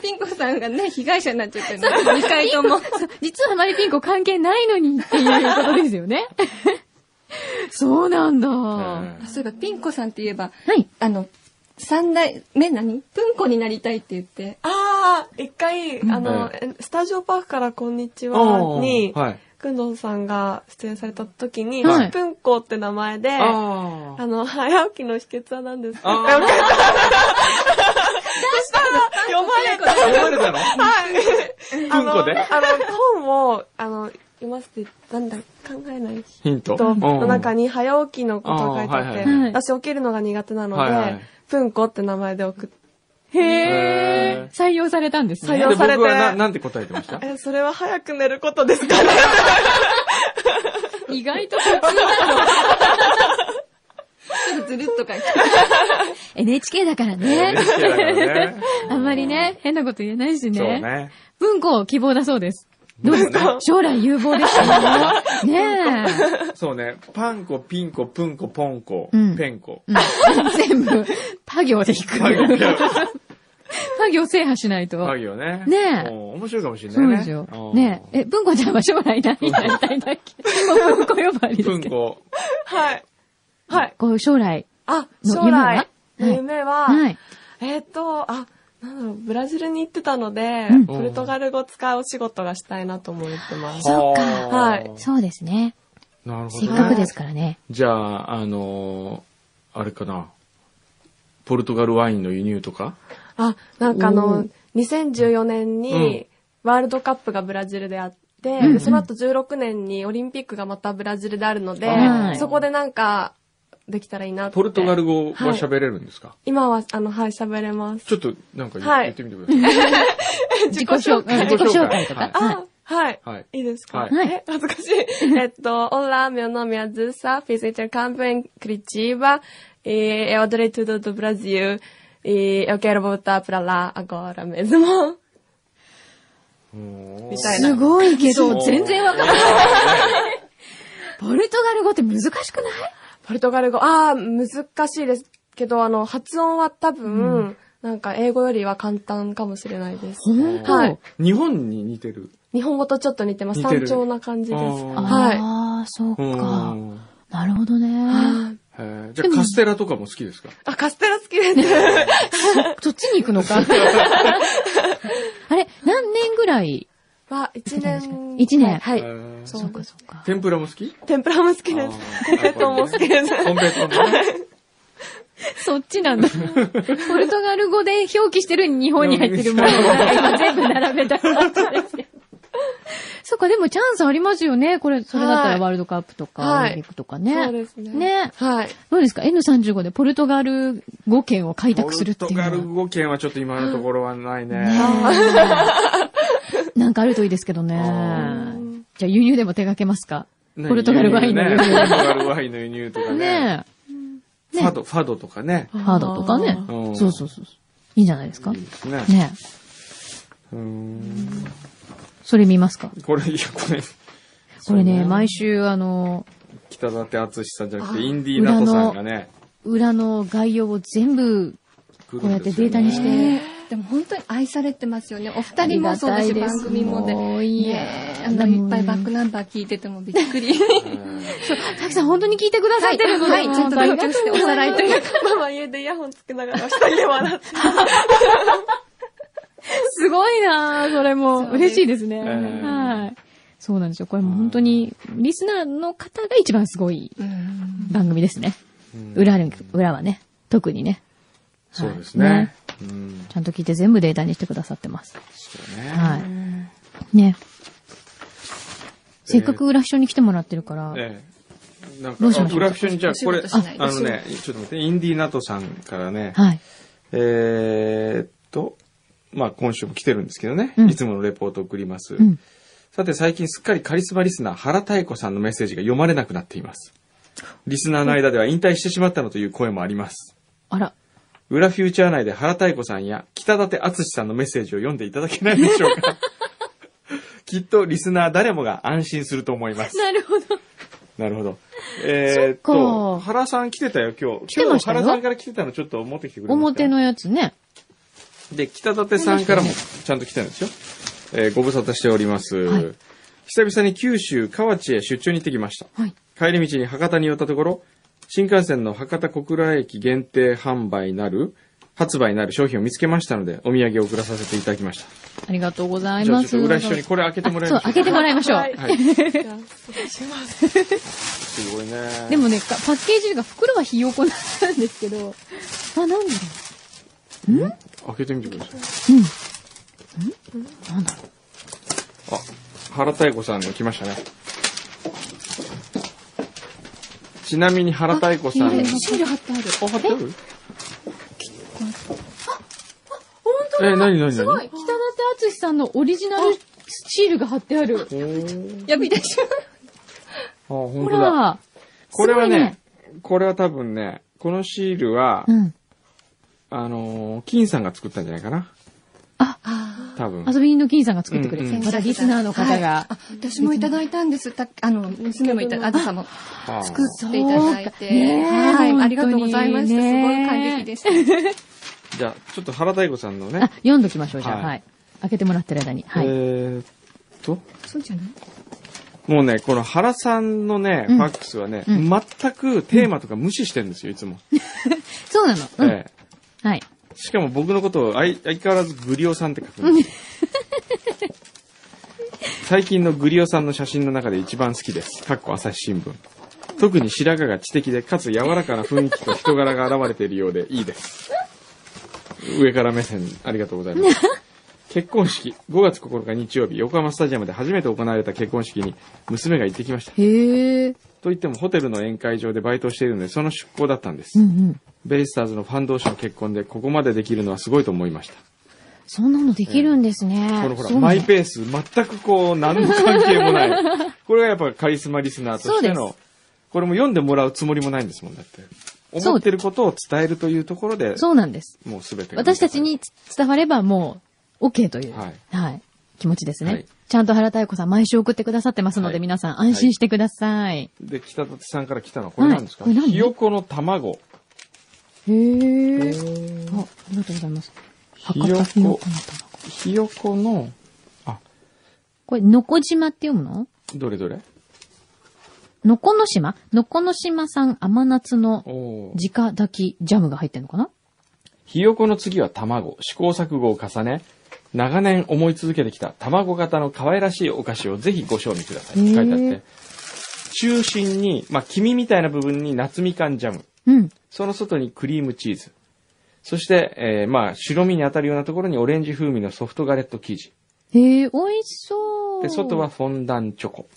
[SPEAKER 4] ピンコさんがね、被害者になっちゃってるの。2回 とも。
[SPEAKER 1] 実はあまりピンコ関係ないのにっていうことですよ ね。そうなんだ。は
[SPEAKER 2] ええ
[SPEAKER 4] そういえば、ピンコさんって言えば、
[SPEAKER 1] い。
[SPEAKER 4] あの、三代目何プンコになりたいって言って。
[SPEAKER 5] ああ、一回、あの、スタジオパークからこんにちはに、
[SPEAKER 2] はい。
[SPEAKER 5] くんどんさんが出演された時に、
[SPEAKER 1] はい
[SPEAKER 5] スプンコって名前で、あ
[SPEAKER 2] ああ。
[SPEAKER 5] の、早起きの秘訣は何ですか
[SPEAKER 2] ああ。
[SPEAKER 5] 読まれた。
[SPEAKER 2] 読まれたの
[SPEAKER 5] あ
[SPEAKER 2] プンコ
[SPEAKER 5] の、
[SPEAKER 2] で
[SPEAKER 5] あの、本を、あの、読ませて、なんだ、考えない
[SPEAKER 2] ヒント。
[SPEAKER 5] 人の中
[SPEAKER 2] に。
[SPEAKER 5] に早起きのことが書いてあって、
[SPEAKER 2] あーはいはい
[SPEAKER 1] はい
[SPEAKER 5] 私起きるのが苦手なので、
[SPEAKER 2] はいはい
[SPEAKER 5] プンコって名前で送って、
[SPEAKER 1] へえ。採用されたんですね。
[SPEAKER 5] 採
[SPEAKER 2] で、
[SPEAKER 5] 用
[SPEAKER 2] 僕
[SPEAKER 5] されて
[SPEAKER 2] はな、なんて答えてました
[SPEAKER 5] え、それは早く寝ることですかね
[SPEAKER 1] 意外と普通なの。
[SPEAKER 4] ちょっとずるっとか言って。
[SPEAKER 1] NHK だから ね。
[SPEAKER 2] NHK だからね
[SPEAKER 1] あんまりね、変なこと言えないし
[SPEAKER 2] そう
[SPEAKER 1] ね。
[SPEAKER 2] ね。
[SPEAKER 1] 文庫希望だそうです。どうですか将来有望ですよ。ねえ。
[SPEAKER 2] そうね。パンコ、ピンコ、プンコ、ポンコ、
[SPEAKER 1] うん
[SPEAKER 2] ペンコ。
[SPEAKER 1] うん全部、パ行で行く。
[SPEAKER 2] パ行 だよ
[SPEAKER 1] パ行制覇しないと。
[SPEAKER 2] パ行ね。
[SPEAKER 1] ねえ
[SPEAKER 2] おー面白いかもしれない
[SPEAKER 1] そ
[SPEAKER 2] ね。
[SPEAKER 1] うですよ
[SPEAKER 2] お。ー
[SPEAKER 1] ねえ、え、文子ちゃんは将来何にな りたいんだっけもう文庫呼ばわりで
[SPEAKER 2] プ
[SPEAKER 1] す
[SPEAKER 2] ン
[SPEAKER 1] けど。
[SPEAKER 2] コ。
[SPEAKER 5] はい。はい。
[SPEAKER 1] こう、将来。
[SPEAKER 5] あ、
[SPEAKER 1] の
[SPEAKER 5] 将来の
[SPEAKER 1] 夢
[SPEAKER 5] 夢は、
[SPEAKER 1] はい。
[SPEAKER 5] えっ、と、あ、なんだろう、ブラジルに行ってたので、
[SPEAKER 1] うん
[SPEAKER 5] ポルトガル語使うお仕事がしたいなとも言ってます。
[SPEAKER 1] そっか
[SPEAKER 2] あー
[SPEAKER 5] はい
[SPEAKER 1] そうですね。
[SPEAKER 2] なるほど、
[SPEAKER 1] せ
[SPEAKER 2] ね。
[SPEAKER 1] っかくですからね。
[SPEAKER 2] じゃあ、あのーあれかな。ポルトガルワインの輸入とか
[SPEAKER 5] あ、なんかあ
[SPEAKER 1] う
[SPEAKER 5] の
[SPEAKER 1] ん、
[SPEAKER 5] 2014年
[SPEAKER 2] うん
[SPEAKER 5] にワールドカップがブラジルであって、
[SPEAKER 1] うん
[SPEAKER 5] その後16年にオリンピックがまたブラジルであるので、
[SPEAKER 1] はい
[SPEAKER 5] そこでなんかできたらいいなって。
[SPEAKER 2] ポルトガル語は喋れるんですか、
[SPEAKER 5] 今は、あの、はい、喋れます。
[SPEAKER 2] ちょっと、なんか言,、
[SPEAKER 5] は
[SPEAKER 2] 言っ
[SPEAKER 5] い
[SPEAKER 2] てみてください。
[SPEAKER 1] 自己紹介。自己紹介とか。
[SPEAKER 2] あ
[SPEAKER 1] は
[SPEAKER 5] あ、はい。
[SPEAKER 2] はい
[SPEAKER 5] いいですか、
[SPEAKER 2] はい
[SPEAKER 1] はい
[SPEAKER 5] え、恥ずかしい。 えっと、Olá, meu nome é Azusa, fiz intercâmbio em Curitiba e eu adorei tudo do Brasil e eu quero voltar pra lá agora mesmo.
[SPEAKER 2] おー
[SPEAKER 5] み
[SPEAKER 1] い
[SPEAKER 5] たいな
[SPEAKER 1] すごいけ
[SPEAKER 2] そ
[SPEAKER 1] ど、
[SPEAKER 2] う
[SPEAKER 1] 全然わかんない。ポルトガル語って難しくない
[SPEAKER 5] ポルトガル語、ああ、難しいですけど、あの、発音は多分、なんか英語よりは簡単かもしれないです。
[SPEAKER 1] 本当、
[SPEAKER 5] はい
[SPEAKER 2] 日本に似てる。
[SPEAKER 5] 日本語とちょっと似てます。
[SPEAKER 2] 似てる
[SPEAKER 5] 単調な感じです。
[SPEAKER 2] あー
[SPEAKER 5] は
[SPEAKER 1] ああ、そう
[SPEAKER 2] う
[SPEAKER 1] か。
[SPEAKER 2] ん
[SPEAKER 1] なるほど
[SPEAKER 5] い。
[SPEAKER 1] ね。
[SPEAKER 5] あー
[SPEAKER 2] へーじゃあカステラとかも好きですか
[SPEAKER 5] あ、カステラ好き です。
[SPEAKER 1] そっちに行くの か。あれ、何年ぐらい
[SPEAKER 5] は、一年。
[SPEAKER 1] 一年
[SPEAKER 5] はい。
[SPEAKER 2] へ
[SPEAKER 5] はい
[SPEAKER 2] ー
[SPEAKER 5] そう
[SPEAKER 1] そうかそうか。
[SPEAKER 2] 天ぷらも好き
[SPEAKER 5] 天ぷらも好きです。コンペトンも好きです。
[SPEAKER 2] コンペトンもね。
[SPEAKER 1] そっちなんだ。ポルトガル語で表記してる日本に入ってるものが今全部並べた感じですけど。そっか、でもチャンスありますよね。これ、それだったらワールドカップとか、
[SPEAKER 5] は
[SPEAKER 1] オ
[SPEAKER 5] い
[SPEAKER 1] リンピックとかね。
[SPEAKER 5] そうですね
[SPEAKER 1] ね。
[SPEAKER 5] はい。
[SPEAKER 1] どうですか ?N35 でポルトガル語圏を開
[SPEAKER 2] ポ
[SPEAKER 1] 拓するっ
[SPEAKER 2] ル
[SPEAKER 1] てい
[SPEAKER 2] ト
[SPEAKER 1] うの
[SPEAKER 2] ガ
[SPEAKER 1] は。
[SPEAKER 2] ル語圏はちょっと今のところはないね。
[SPEAKER 1] ねえなんかあるといいですけどね。じゃあ輸入でも手掛けますか
[SPEAKER 2] ね
[SPEAKER 1] ポルトガルワインの
[SPEAKER 2] ね。
[SPEAKER 1] 輸
[SPEAKER 2] ポルト
[SPEAKER 1] 入。
[SPEAKER 2] ガルワインの輸入とかね。
[SPEAKER 1] ね
[SPEAKER 2] ファド、ファドとかね。
[SPEAKER 1] え。ハードとかね
[SPEAKER 5] あ。
[SPEAKER 2] ー
[SPEAKER 1] そうそうそう。いいんじゃないですか
[SPEAKER 2] いいですね。
[SPEAKER 1] ねえ。
[SPEAKER 2] うーん
[SPEAKER 1] それ見ますか
[SPEAKER 2] これ、いや、これ、
[SPEAKER 1] これね、毎週あの、
[SPEAKER 2] 北舘敦さんじゃなく
[SPEAKER 5] あ
[SPEAKER 2] て、インディーナトさんがね、
[SPEAKER 1] 裏の概要を全部
[SPEAKER 2] こ
[SPEAKER 1] こうやってデータにして。
[SPEAKER 4] でも本当に愛されてますよね。お二人もそうだ
[SPEAKER 1] あ
[SPEAKER 4] し、
[SPEAKER 1] りがたいです
[SPEAKER 4] 番組もで。
[SPEAKER 1] もういい
[SPEAKER 4] ねえあんなにいっぱいバックナンバー聞いててもびっくり。
[SPEAKER 1] たきさん本当に聞いてくださってるの
[SPEAKER 4] はい、ちゃんと
[SPEAKER 1] なん
[SPEAKER 4] 勉
[SPEAKER 1] かありがと
[SPEAKER 4] 強し
[SPEAKER 1] う
[SPEAKER 4] ておさらいというか。
[SPEAKER 5] ママ家でイヤホンつけながら下で笑って。
[SPEAKER 1] すごいなぁ、それも。嬉しいですね。
[SPEAKER 2] うん
[SPEAKER 1] はい。そうなんですよ。これもう本当に、リスナーの方が一番すごい番組ですね。裏に、裏はね、特にね。
[SPEAKER 2] そうです
[SPEAKER 1] はい
[SPEAKER 2] ね。うん。
[SPEAKER 1] ちゃんと聞いて全部データにしてくださってます。
[SPEAKER 2] そうね。
[SPEAKER 1] はい。ね。せっかく裏秘書に来てもらってるから、
[SPEAKER 2] ええ。なんか、
[SPEAKER 1] どうしましょう
[SPEAKER 2] グラフィションにじゃあ、これ、
[SPEAKER 4] お仕事しない
[SPEAKER 2] あのね、ちょっと待って、インディーナトさんからね、
[SPEAKER 1] はい。
[SPEAKER 2] えーっと、まあ今週も来てるんですけどね、
[SPEAKER 1] うん
[SPEAKER 2] いつものレポートを送ります。
[SPEAKER 1] うん。
[SPEAKER 2] さて最近すっかりカリスマリスナー原太子さんのメッセージが読まれなくなっています。リスナーの間では引退してしまったのという声もあります。
[SPEAKER 1] あら。
[SPEAKER 2] 裏フューチャー内で原太子さんや北舘敦さんのメッセージを読んでいただけないでしょう かきっとリスナー誰もが安心すると思います。
[SPEAKER 1] なるほど。
[SPEAKER 2] なるほど。えー、っ
[SPEAKER 1] そっ
[SPEAKER 2] と、
[SPEAKER 1] か
[SPEAKER 2] 原さん来てたよ、今日。
[SPEAKER 1] 来てましたよ
[SPEAKER 2] 今日原さんから来てたのちょっと持ってきてくれますか
[SPEAKER 1] 表のやつね。
[SPEAKER 2] で、北舘さんからもちゃんと来たんですよ。えーご無沙汰しております。
[SPEAKER 1] はい
[SPEAKER 2] 久々に九州河内へ出張に行ってきました。
[SPEAKER 1] はい。
[SPEAKER 2] 帰り道に博多に寄ったところ、新幹線の博多小倉駅限定販売なる、発売なる商品を見つけましたので、お土産を送らさせていただきまし
[SPEAKER 1] ありがとうござ
[SPEAKER 2] た。
[SPEAKER 1] い
[SPEAKER 2] じゃあ
[SPEAKER 1] ま
[SPEAKER 2] ちょ
[SPEAKER 1] す。
[SPEAKER 2] っと裏一緒にこれ開けてもらいま
[SPEAKER 1] あ
[SPEAKER 2] し
[SPEAKER 1] そう、
[SPEAKER 2] ょ
[SPEAKER 1] 開
[SPEAKER 2] う。
[SPEAKER 1] けてもらいましょう。
[SPEAKER 5] はい
[SPEAKER 2] はい。
[SPEAKER 5] じゃあ失礼します。
[SPEAKER 2] すごいね。
[SPEAKER 1] でもね、かパッケージが袋はひよこなんですけど、あ、なんだろ
[SPEAKER 2] 開けてみてください。
[SPEAKER 1] う。なんだろ
[SPEAKER 2] あ、原太子さんの来ましたね。ちなみに原太子さん。
[SPEAKER 4] ねシール貼ってある。
[SPEAKER 2] あ、貼ってあるえ、なになにな
[SPEAKER 1] う。
[SPEAKER 2] に
[SPEAKER 1] 北舘敦さんのオリジナルシールが貼ってある。
[SPEAKER 4] やびでしょ。
[SPEAKER 2] あ、ほん
[SPEAKER 1] ほ
[SPEAKER 2] とだ。
[SPEAKER 1] ら。
[SPEAKER 2] これは
[SPEAKER 1] すごい
[SPEAKER 2] ね、これは多分ね、このシールは、
[SPEAKER 1] うん。
[SPEAKER 2] あのー、金さんが作ったんじゃないかな。
[SPEAKER 1] あ、
[SPEAKER 2] 多分。
[SPEAKER 1] 遊び人の金さんが作ってくれて、
[SPEAKER 2] うんうん
[SPEAKER 1] またリスナーの方が。
[SPEAKER 4] あ私もいただいたんです。たあの、娘もいた、あずさも
[SPEAKER 2] あー
[SPEAKER 4] 作っていただい
[SPEAKER 1] そ
[SPEAKER 4] て。
[SPEAKER 1] うかねえ
[SPEAKER 4] はい。
[SPEAKER 1] 本当にね
[SPEAKER 4] ありがとうございました。すごい感激でした。
[SPEAKER 2] じゃあ、ちょっと原太子さんの
[SPEAKER 1] あ
[SPEAKER 2] ね、、
[SPEAKER 1] 読んどきましょう、じゃあ。
[SPEAKER 2] はい
[SPEAKER 1] はい。開けてもらってる間に。はい。
[SPEAKER 2] えーっと、
[SPEAKER 4] そうじゃない
[SPEAKER 2] もうね、この原さんのね、
[SPEAKER 1] うん
[SPEAKER 2] ファックスはね、
[SPEAKER 1] うん
[SPEAKER 2] 全くテーマとか無視してるんですよ、いつも。
[SPEAKER 1] そうなの。うん。
[SPEAKER 2] ええ
[SPEAKER 1] はい。
[SPEAKER 2] しかも僕のことを相相変わらずグリオさんって書く んですよ。最近のグリオさんの写真の中で一番好きです。かっこ朝日新聞。特に白髪が知的で、かつ柔らかな雰囲気と人柄が現れているようでいいです。上から目線ありがとうござい ます。結婚式、5月9日日曜日、横浜スタジアムで初めて行われた結婚式に娘が行ってきました。
[SPEAKER 1] へえ。
[SPEAKER 2] といってもホテルの宴会場でバイトをしているので、その出向だったんです。
[SPEAKER 1] うんうん。
[SPEAKER 2] ベイスターズのファン同士の結婚でここまでできるのはすごいと思いました。
[SPEAKER 1] そんなのできるんですね。
[SPEAKER 2] このほら、
[SPEAKER 1] そうね
[SPEAKER 2] マイペース、全くこう、何の関係もない。これがやっぱカリスマリスナーとして
[SPEAKER 1] そう
[SPEAKER 2] の、これも読んでもらうつもりもないんですもん、だって。
[SPEAKER 1] そう
[SPEAKER 2] 思ってることを伝えるというところで、
[SPEAKER 1] そうなんです。
[SPEAKER 2] もうすべてが
[SPEAKER 1] 私たちに伝わればもう、OK という、
[SPEAKER 2] は
[SPEAKER 1] はいい、気持ちですね。
[SPEAKER 2] はい
[SPEAKER 1] ちゃんと原太子さん毎週送ってくださってますので、
[SPEAKER 2] はい
[SPEAKER 1] 皆さん安心してください。
[SPEAKER 2] で、北舘さんから来たのはこれなんですか、
[SPEAKER 1] はいこれ何
[SPEAKER 2] ひよこの卵。
[SPEAKER 1] へえ。あ、ありがとうございます。
[SPEAKER 2] ひ
[SPEAKER 1] 博
[SPEAKER 2] よこ
[SPEAKER 1] 多ひよこの卵。
[SPEAKER 2] ひよこの、あ、
[SPEAKER 1] これ、のこ島って読むの
[SPEAKER 2] どれどれ
[SPEAKER 1] のこの島のこの島さん甘夏の
[SPEAKER 2] おー
[SPEAKER 1] 直炊きジャムが入ってるのかな
[SPEAKER 2] ひよこの次は卵。試行錯誤を重ね、長年思い続けてきた卵型の可愛らしいお菓子をぜひご賞味ください。って書いてあっ
[SPEAKER 1] へ
[SPEAKER 2] て
[SPEAKER 1] ー。
[SPEAKER 2] 中心に、まあ、黄身みたいな部分に夏みかんジャム。
[SPEAKER 1] うん。
[SPEAKER 2] その外にクリームチーズ。そして、えーまあ、白身に当たるようなところにオレンジ風味のソフトガレット生地。
[SPEAKER 1] へえ、美味しそう。
[SPEAKER 2] で、外は。フォンダンチョコ。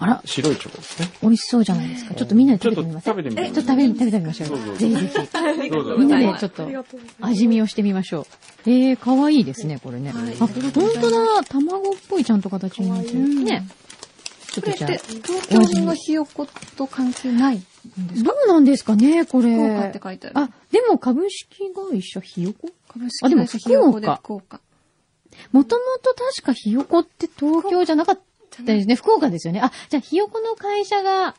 [SPEAKER 1] あら、
[SPEAKER 2] 白いチョコですね。
[SPEAKER 1] 美味しそうじゃないですか。ちょっとみんなで
[SPEAKER 2] ちょっ
[SPEAKER 1] 食べて
[SPEAKER 2] と
[SPEAKER 1] みません
[SPEAKER 2] 食べてみ
[SPEAKER 1] え
[SPEAKER 2] て
[SPEAKER 1] ちょっと食べ、食べてみましょう
[SPEAKER 2] どうぞ
[SPEAKER 1] よ。ぜひぜひ。
[SPEAKER 2] どうぞ
[SPEAKER 1] みんな
[SPEAKER 4] あり
[SPEAKER 1] で
[SPEAKER 4] が
[SPEAKER 1] ち
[SPEAKER 4] と
[SPEAKER 1] ょっと味見をしてみましょう。えー、かわいいですね、これね。
[SPEAKER 4] はい
[SPEAKER 1] あ、本当だ。卵っぽいちゃんと形になってる。ね。ちょっ
[SPEAKER 4] ことれっ
[SPEAKER 1] じ
[SPEAKER 4] て
[SPEAKER 1] ゃあ、、
[SPEAKER 4] 東京のひよこと関係ないんですか
[SPEAKER 1] どうなんですかね、これ。
[SPEAKER 4] 福岡って書いてある。
[SPEAKER 1] あ、でも株式会社ひよこ
[SPEAKER 4] 株
[SPEAKER 1] あで
[SPEAKER 4] 式
[SPEAKER 1] も
[SPEAKER 4] 会社ひよこで
[SPEAKER 1] 福岡
[SPEAKER 4] 福岡。
[SPEAKER 1] もともと確かひよこって東京じゃなかったですね。福岡ですよね。あ、じゃあひよこの会社が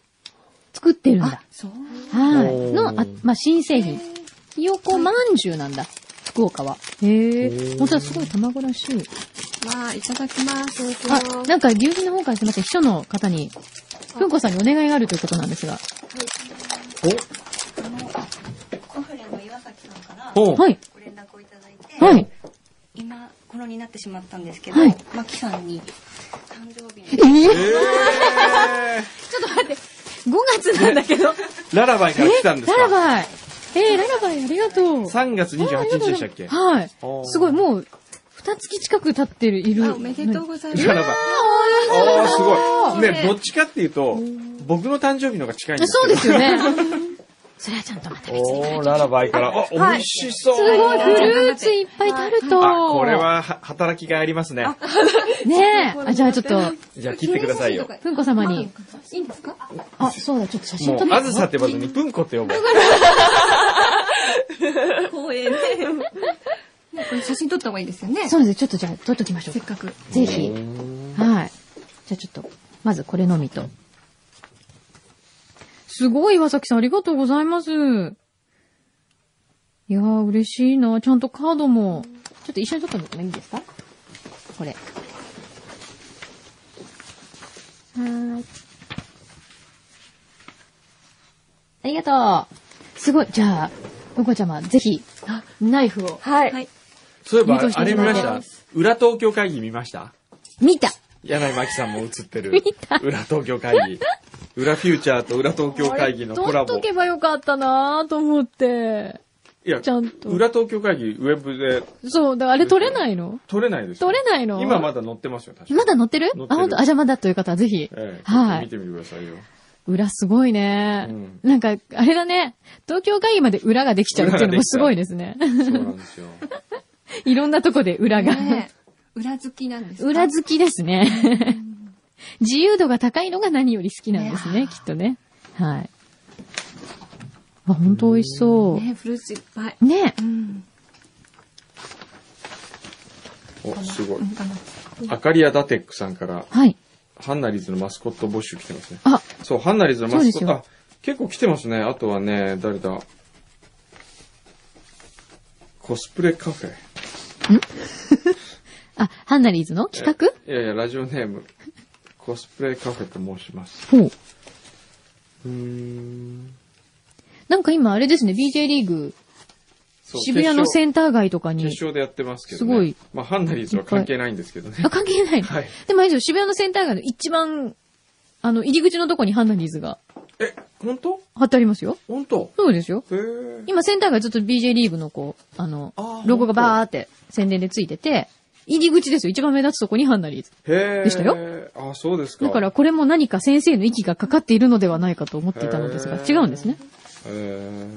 [SPEAKER 1] 作ってるん
[SPEAKER 4] あ
[SPEAKER 1] だ、。
[SPEAKER 4] そう。
[SPEAKER 1] はい。
[SPEAKER 2] おー
[SPEAKER 1] の、あまあ、新製品。ひよこまんじゅうなんだ。福岡は。へえ。本当はすごい卵らしい。
[SPEAKER 4] まあ、いただきます。
[SPEAKER 1] あ、なんか、牛皮の方からすいません、秘書の方に、ふんこさんにお願いがあるということなんですが。
[SPEAKER 6] コフレの岩崎さんから
[SPEAKER 2] お
[SPEAKER 1] はい。
[SPEAKER 6] ご連絡をいただいて、
[SPEAKER 1] はい。
[SPEAKER 6] 今頃になってしまったんですけど、
[SPEAKER 1] はい
[SPEAKER 6] マキさんに誕生日に
[SPEAKER 1] えー、
[SPEAKER 2] え
[SPEAKER 1] 5月なんだけど。
[SPEAKER 2] ー、ララバイから来たんです
[SPEAKER 1] ララ
[SPEAKER 2] か
[SPEAKER 1] バイ。えー、ララバイありがとう。
[SPEAKER 2] ?3 月28日でしたっけ
[SPEAKER 1] はい
[SPEAKER 2] おー。
[SPEAKER 1] すごい、もう、二月近く経ってる、いる。
[SPEAKER 4] あおめでとうございます。
[SPEAKER 2] ララバイ。ああ、すごい。
[SPEAKER 4] ね
[SPEAKER 2] ね、どっちかっていうと、僕の誕生日の方が近い
[SPEAKER 1] あ
[SPEAKER 2] んです
[SPEAKER 1] そうですよね。それはちゃんとまた別に。
[SPEAKER 2] おー、ララバイから。あ、美味しそう。
[SPEAKER 1] すごい、フルーツいっぱいタルト。
[SPEAKER 2] あ、これ。はは働きがありますね。
[SPEAKER 1] ねえ。あ、じゃあちょっと、
[SPEAKER 2] じゃあ切ってくださいよ。
[SPEAKER 1] ふんこ様に。
[SPEAKER 4] いいんですか
[SPEAKER 1] あ、そうだ、ちょっと写真
[SPEAKER 2] も
[SPEAKER 1] 撮っ
[SPEAKER 2] う、
[SPEAKER 1] て。
[SPEAKER 2] あずさって呼ばずに、ぷんこって呼ぼう。
[SPEAKER 4] 光栄ね。ねこれ写真撮った方がいいですよね。
[SPEAKER 1] そうです。ちょっとじゃあ、撮っときましょう
[SPEAKER 4] せっ
[SPEAKER 1] か。
[SPEAKER 4] かく。
[SPEAKER 1] ぜひ。はい。じゃあちょっと、まずこれのみと。すごい、岩崎さん、ありがとうございます。いやー、嬉しいな。ちゃんとカードも。ちょっと一緒に撮ってもいいですかこれ。はーい。ありがとう。すごい。じゃあ、うんこちゃま、ぜひ、ナイフを。
[SPEAKER 5] はい。
[SPEAKER 2] そういえば、
[SPEAKER 1] 入党して
[SPEAKER 2] あれ見まし
[SPEAKER 1] もら
[SPEAKER 2] た裏東京会議見ました
[SPEAKER 1] 見た
[SPEAKER 2] 柳井真紀さんも映ってる。裏東京会議。裏フューチャーと裏東京会議のコラボ。
[SPEAKER 1] ばよかったなと思って。
[SPEAKER 2] いや
[SPEAKER 1] ちゃんと
[SPEAKER 2] 裏東京会議ウェブで
[SPEAKER 1] そう、だからあれ撮れないの
[SPEAKER 2] 撮れないですよ。
[SPEAKER 1] 撮れないの
[SPEAKER 2] 今まだ載ってますよ、確かに。
[SPEAKER 1] まだ載ってる
[SPEAKER 2] 載ってる
[SPEAKER 1] あ、本当あ、じゃあまだという方はぜひ。
[SPEAKER 2] ええ
[SPEAKER 1] は
[SPEAKER 2] 見
[SPEAKER 1] い。
[SPEAKER 2] てみてくださいよ。
[SPEAKER 1] 裏すごいね、
[SPEAKER 2] うん
[SPEAKER 1] なんか、あれだね。東京会議まで裏ができちゃうっていうのもすごいですね。
[SPEAKER 2] そうなんです よ。
[SPEAKER 1] いろんなとこで裏が。
[SPEAKER 4] ね裏好きなんですか
[SPEAKER 1] 裏好きですね。自由度が高いのが何より好きなんですね、きっとね。はい。あ、本当美味しそ
[SPEAKER 4] ねフルーツいっぱい。
[SPEAKER 1] う。ね
[SPEAKER 4] うん。
[SPEAKER 2] お、すごい。
[SPEAKER 4] 頑張って
[SPEAKER 2] アカリア・ダテックさんから、
[SPEAKER 1] はい。
[SPEAKER 2] ハンナリーズのマスコット募集来てますね。
[SPEAKER 1] あ、
[SPEAKER 2] そう、ハンナリーズのマスコ
[SPEAKER 1] そうで
[SPEAKER 2] ッ
[SPEAKER 1] す
[SPEAKER 2] ト、
[SPEAKER 1] よ
[SPEAKER 2] あ、結構来てますね。あとはね、誰だコスプレカフェ。
[SPEAKER 1] あ、ハンナリーズの企画
[SPEAKER 2] えいやいや、ラジオネーム、コスプレカフェと申します。
[SPEAKER 1] ほう。
[SPEAKER 2] うーん。
[SPEAKER 1] なんか今あれですね、BJ リーグ、
[SPEAKER 2] そう
[SPEAKER 1] 渋谷のセ
[SPEAKER 2] 決
[SPEAKER 1] ンター街とか
[SPEAKER 2] 勝
[SPEAKER 1] に
[SPEAKER 2] 決。勝でやってますけど、
[SPEAKER 1] す
[SPEAKER 2] ね。
[SPEAKER 1] ごい
[SPEAKER 2] まあ、ハンナリーズは関係ないんですけどね。
[SPEAKER 1] あ、関係ないの。
[SPEAKER 2] はい。
[SPEAKER 1] でもあれですよ、渋谷のセンター街の一番、あの、入り口のとこにハンナリーズが
[SPEAKER 2] え、本当
[SPEAKER 1] 貼ってありますよ。
[SPEAKER 2] 本当
[SPEAKER 1] そうですよ。
[SPEAKER 2] へー
[SPEAKER 1] 今センター街ずっと BJ リーグのこう、あの
[SPEAKER 2] あー、
[SPEAKER 1] ロゴがバーって宣伝でついてて、入り口ですよ。一番目立つとこにハンナリーズ。
[SPEAKER 2] へー
[SPEAKER 1] でしたよ。
[SPEAKER 2] あ、そうですか。
[SPEAKER 1] だから、これも何か先生の息がかかっているのではないかと思っていたのですが、
[SPEAKER 2] へ
[SPEAKER 1] 違
[SPEAKER 2] ー
[SPEAKER 1] うんですね。
[SPEAKER 2] え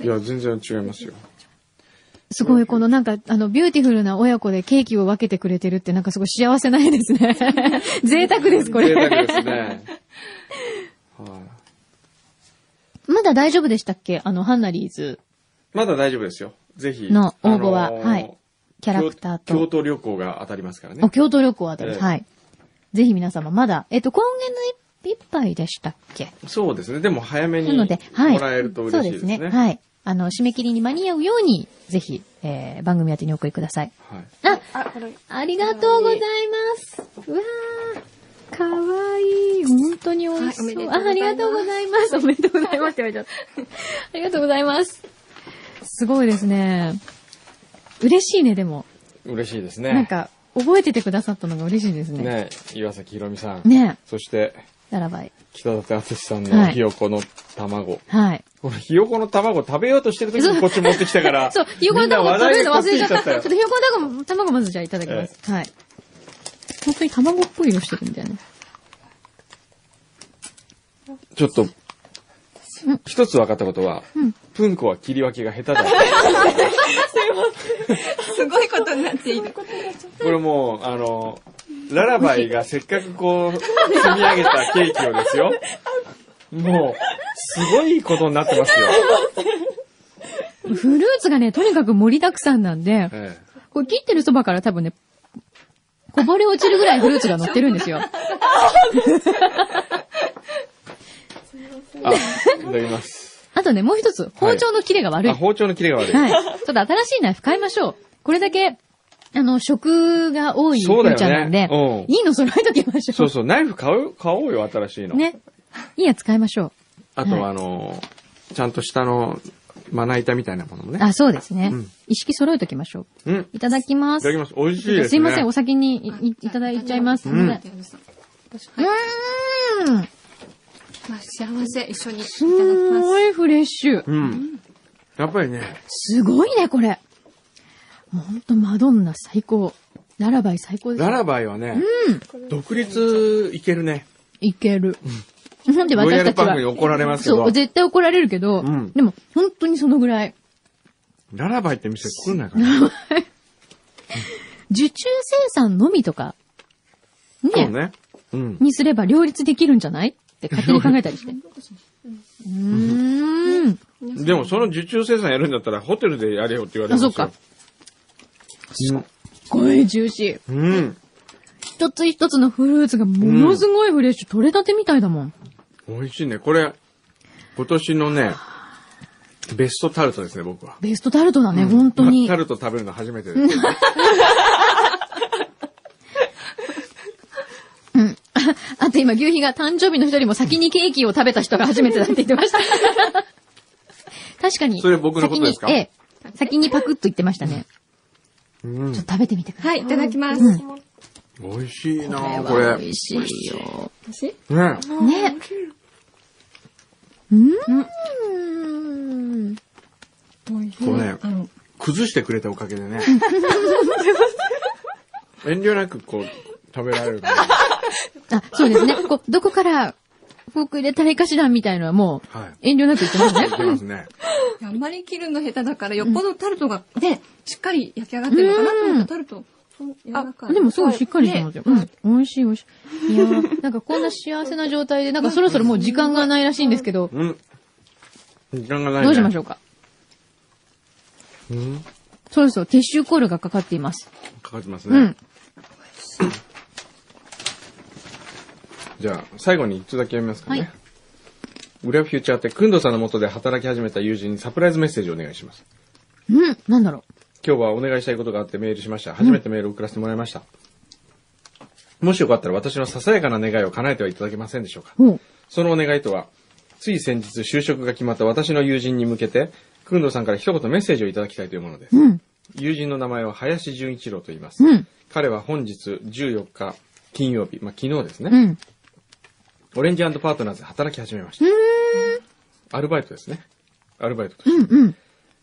[SPEAKER 2] ー、いや、全然違いますよ。
[SPEAKER 1] すごい、このなんか、あの、ビューティフルな親子でケーキを分けてくれてるって、なんかすごい幸せないです ね。贅沢です、こ
[SPEAKER 2] 贅沢
[SPEAKER 1] れ
[SPEAKER 2] で。すね。はい。
[SPEAKER 1] まだ大丈夫でしたっけあの、ハンナリーズ
[SPEAKER 2] まだ大丈夫ですよ。ぜひ。
[SPEAKER 1] の応募は
[SPEAKER 2] あのー
[SPEAKER 1] はいキャラクターと。
[SPEAKER 2] 京京都旅行が当たりますからね
[SPEAKER 1] お、。京都旅行あたり。
[SPEAKER 2] ええ
[SPEAKER 1] はい。ぜひ皆様、まだ、えっと、今月のいっぱいでしたっけ
[SPEAKER 2] そうですね。でも早めに
[SPEAKER 1] な
[SPEAKER 2] も
[SPEAKER 1] ので、はい。
[SPEAKER 2] らえると嬉しいですね。
[SPEAKER 1] そうですね。はい。あの、締め切りに間に合うように、ぜひ、えー、番組宛てにお送りください。
[SPEAKER 2] はい。
[SPEAKER 1] あ、
[SPEAKER 5] あ、これ。
[SPEAKER 1] ありがとうございます。うわー、かわいい。本当に美味しそう。
[SPEAKER 4] はいおめでとうございま
[SPEAKER 1] あ、
[SPEAKER 4] す
[SPEAKER 1] ありがとうございます。おめでとうございますって言われちゃった。ありがとうございます。すごいですね。嬉しいね、でも。
[SPEAKER 2] 嬉しいですね。
[SPEAKER 1] なんか、覚えててくださったのが嬉しいですね。
[SPEAKER 2] ね、岩崎宏美さん。
[SPEAKER 1] ね
[SPEAKER 2] そして、
[SPEAKER 1] え、ならばい。
[SPEAKER 2] 北舘淳さん
[SPEAKER 1] は
[SPEAKER 2] の
[SPEAKER 1] い
[SPEAKER 2] ひよこの卵。
[SPEAKER 1] はい。
[SPEAKER 2] このひよこの卵食べようとしてる時にこっち持ってきたから。
[SPEAKER 1] そう、ひよこの卵食べるの忘れちゃった。ちょっと
[SPEAKER 2] よ。
[SPEAKER 1] ひよこの卵、卵まずじゃあいただきます。はい。本当に卵っぽい色してるんだよね。
[SPEAKER 2] ちょっと、一つ分かったことは、プンコは切り分けが下手だ。
[SPEAKER 4] すごいことになっている。
[SPEAKER 2] これもう、あの、ララバイがせっかくこう、積み上げたケーキをですよ。もう、すごいことになっ てますよ。
[SPEAKER 1] フルーツがね、とにかく盛りだくさんなんで、
[SPEAKER 2] え
[SPEAKER 1] これ切ってるそばから多分ね、こぼれ落ちるぐらいフルーツが乗ってるん ですよ。
[SPEAKER 2] えあ、いただきます。
[SPEAKER 1] あとね、もう一つ、包丁の切れが悪い。
[SPEAKER 2] あ、
[SPEAKER 1] はい。
[SPEAKER 2] 包丁の切れが悪い。
[SPEAKER 1] ちょっと新しいナイフ買いましょう。これだけ、あの、食が多いフ
[SPEAKER 2] そうだよ
[SPEAKER 1] ー
[SPEAKER 2] ね
[SPEAKER 1] ちゃんなんで、
[SPEAKER 2] うん
[SPEAKER 1] いいの揃えときましょう。
[SPEAKER 2] そうそう、ナイフ買う、買おうよ、新しいの。
[SPEAKER 1] ね。いいやつ買いましょ
[SPEAKER 2] あと
[SPEAKER 1] は
[SPEAKER 2] は、あの、ちゃんと下の、まな板みたいなものも
[SPEAKER 1] う。
[SPEAKER 2] ね。
[SPEAKER 1] あ、そうですね。
[SPEAKER 2] うん
[SPEAKER 1] 意識揃えときましょ
[SPEAKER 2] うん。いただ
[SPEAKER 1] う。いただきます。
[SPEAKER 2] きます。美味しいですね。
[SPEAKER 1] すいません、お先にいいいただいちゃいます。
[SPEAKER 2] うん
[SPEAKER 1] うーん。
[SPEAKER 4] まあ、幸せ、一緒にいただき
[SPEAKER 1] すん
[SPEAKER 4] ます。
[SPEAKER 1] ごいフレッシュ。
[SPEAKER 2] うん。やっぱりね、
[SPEAKER 1] すごいね、これ。もうほんと、マドンナ最高。ララバイ最高です。
[SPEAKER 2] ララバイはね、独立いけるね。
[SPEAKER 1] いける。なんで
[SPEAKER 2] ロイ
[SPEAKER 1] 私
[SPEAKER 2] ヤル
[SPEAKER 1] たち
[SPEAKER 2] パンクに
[SPEAKER 1] は。
[SPEAKER 2] 怒られますけ
[SPEAKER 1] そ
[SPEAKER 2] ど
[SPEAKER 1] う、、絶対怒られるけど、
[SPEAKER 2] うん
[SPEAKER 1] でも、本当にそのぐらい。
[SPEAKER 2] ララバイって店作んないかな。
[SPEAKER 1] 受注生産のみとか、ね、
[SPEAKER 2] そうね。うん。
[SPEAKER 1] にすれば両立できるんじゃないって勝手に考えたりして。うーん。
[SPEAKER 2] でもその受注生産やるんだったらホテルでやれよって言われますよ。
[SPEAKER 1] あそっかこれジューシー。
[SPEAKER 2] うん。うん。
[SPEAKER 1] 一つ一つのフルーツがものすごいフレッシュ。取れたてみたいだもん。
[SPEAKER 2] 美味しいね。これ、今年のね、ベストタルトですね、僕は。
[SPEAKER 1] ベストタルトだね、本当に。
[SPEAKER 2] まあタルト食べるの初めてです。
[SPEAKER 1] あと今、牛皮が誕生日の人よりも先にケーキを食べた人が初めてだって言ってま した。確かに。
[SPEAKER 2] それ僕のことですか
[SPEAKER 1] 先に、ええ。先にパクッと言ってましたね。
[SPEAKER 2] うん
[SPEAKER 1] ちょっ。と食べてみてください。
[SPEAKER 4] はい、いただきます。
[SPEAKER 2] 美味しいなぁ
[SPEAKER 1] は
[SPEAKER 2] これ。
[SPEAKER 1] 美
[SPEAKER 2] ね
[SPEAKER 1] 味しいよ。ね。うん。
[SPEAKER 2] これね、崩してくれたおかげで ね。遠慮なくこう、食べられるね。
[SPEAKER 1] あ、そうですね。こう、どこから、フォーク入れたらいいかしらみたいのはも
[SPEAKER 2] は
[SPEAKER 1] う、遠慮なく言ってますね
[SPEAKER 2] い。い。 けますね。
[SPEAKER 4] あんまり切るの下手だから、よっぽどタルトが、ね、しっかり焼き上がってるのかなと思ったら、タルト、そう柔らかい。
[SPEAKER 1] でもすごいしっかりしてますよ。うん。美味しい美味しい。いやーなんかこんな幸せな状態で、なんかそろそろもう時間がないらしいんですけど、
[SPEAKER 2] うん。時間がないね。
[SPEAKER 1] どうしましょうか
[SPEAKER 2] うん。
[SPEAKER 1] そろそろ撤収コールがかかっています。
[SPEAKER 2] かかってます
[SPEAKER 1] う
[SPEAKER 2] ね。
[SPEAKER 1] ん。
[SPEAKER 2] じゃあ、最後に一つだけ読みますかね。
[SPEAKER 1] はい
[SPEAKER 2] 裏フューチャーって、くんどさんのもとで働き始めた友人にサプライズメッセージをお願いします。
[SPEAKER 1] うん。なんだろ
[SPEAKER 2] 今日はお願いしたいことがあってメールしました。初めてメールを送らせてもらいました。もしよかったら私のささやかな願いを叶えてはいただけませんでしょうか
[SPEAKER 1] う。。ほう。
[SPEAKER 2] そのお願いとは、つい先日就職が決まった私の友人に向けて、くんどさんから一言メッセージをいただきたいというものです。
[SPEAKER 1] うん。
[SPEAKER 2] 友人の名前は林純一郎と言います。
[SPEAKER 1] うん。
[SPEAKER 2] 彼は本日14日金曜日、まあ、昨日ですね、
[SPEAKER 1] うん。
[SPEAKER 2] オレンジパートナーズで働き始めました。アルバイトですね。アルバイトとして
[SPEAKER 1] うん。うん。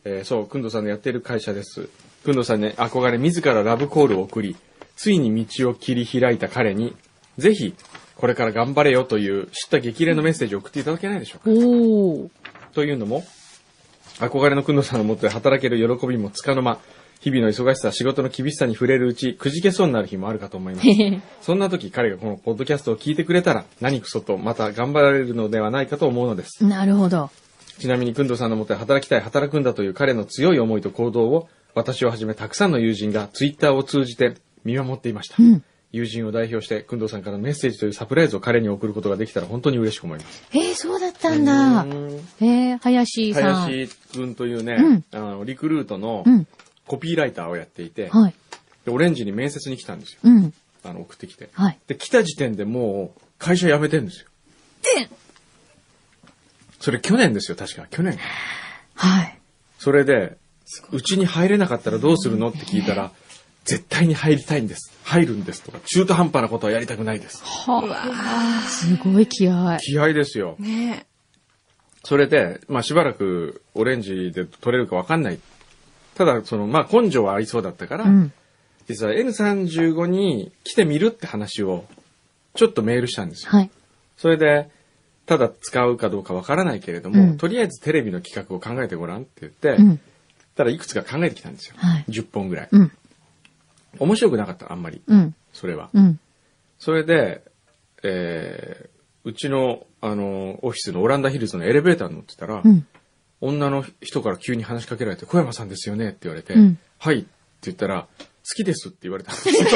[SPEAKER 2] えーそう、くんどさんのやってる会社です。くんどさんに憧れ自らラブコールを送り、ついに道を切り開いた彼に、ぜひ、これから頑張れよという、知った激励のメッセージを送っていただけないでしょうか。
[SPEAKER 1] おー。
[SPEAKER 2] というのも、憧れのくんどさんのもとで働ける喜びもつかの間、日々の忙しさ、仕事の厳しさに触れるうち、くじけそうになる日もあるかと思 います。そんな時、彼がこのポッドキャストを聞いてくれたら、何くそと、また頑張られるのではないかと思うのです。
[SPEAKER 1] なるほど。
[SPEAKER 2] ちなみに、くんどさんのもとで働きたい、働くんだという彼の強い思いと行動を、私をはじめたくさんの友人がツイッターを通じて見守っていました。
[SPEAKER 1] ん
[SPEAKER 2] 友人を代表して、くんどさんからのメッセージというサプライズを彼に送ることができたら本当に嬉しく思います。
[SPEAKER 1] えー、そうだったんだ。えー、林さん。
[SPEAKER 2] 林くんというね、
[SPEAKER 1] うん
[SPEAKER 2] あの、リクルートの
[SPEAKER 1] うん。
[SPEAKER 2] コピーライターをやっていて、
[SPEAKER 1] はい。
[SPEAKER 2] でオレンジに面接に来たんですよ。
[SPEAKER 1] うん。
[SPEAKER 2] あの、送ってきて。
[SPEAKER 1] はい。
[SPEAKER 2] で、来た時点でもう、会社辞めてるんですよ。それ去年ですよ、確か。去年。
[SPEAKER 1] はい。
[SPEAKER 2] それで、うちに入れなかったらどうするのって聞いたら、絶対に入りたいんです。入るんですとか、中途半端なことはやりたくないです。
[SPEAKER 1] すごい気合い。
[SPEAKER 2] 気合ですよ。
[SPEAKER 4] ね
[SPEAKER 2] それで、まあしばらくオレンジで取れるかわかんない。ただ、その、まあ根性はありそうだったから、
[SPEAKER 1] うん。
[SPEAKER 2] 実は N35 に来てみるって話を、ちょっとメールしたんですよ。
[SPEAKER 1] はい。
[SPEAKER 2] それで、ただ使うかどうかわからないけれど
[SPEAKER 1] う
[SPEAKER 2] も、
[SPEAKER 1] ん
[SPEAKER 2] とりあえずテレビの企画を考えてごらんって言って、
[SPEAKER 1] うん。
[SPEAKER 2] ただいくつか考えてきたんですよ。
[SPEAKER 1] はい
[SPEAKER 2] 10本ぐらい。
[SPEAKER 1] うん。
[SPEAKER 2] 面白くなかった、あんまり。
[SPEAKER 1] うん。
[SPEAKER 2] それは。
[SPEAKER 1] うん。
[SPEAKER 2] それで、えー、うちの、あの、オフィスのオランダヒルズのエレベーターに乗ってたら、
[SPEAKER 1] うん。
[SPEAKER 2] 女の人から急に話しかけられて、小山さんですよねって言われて、
[SPEAKER 1] うん
[SPEAKER 2] はいって言ったら、好きですって言われたんです よ。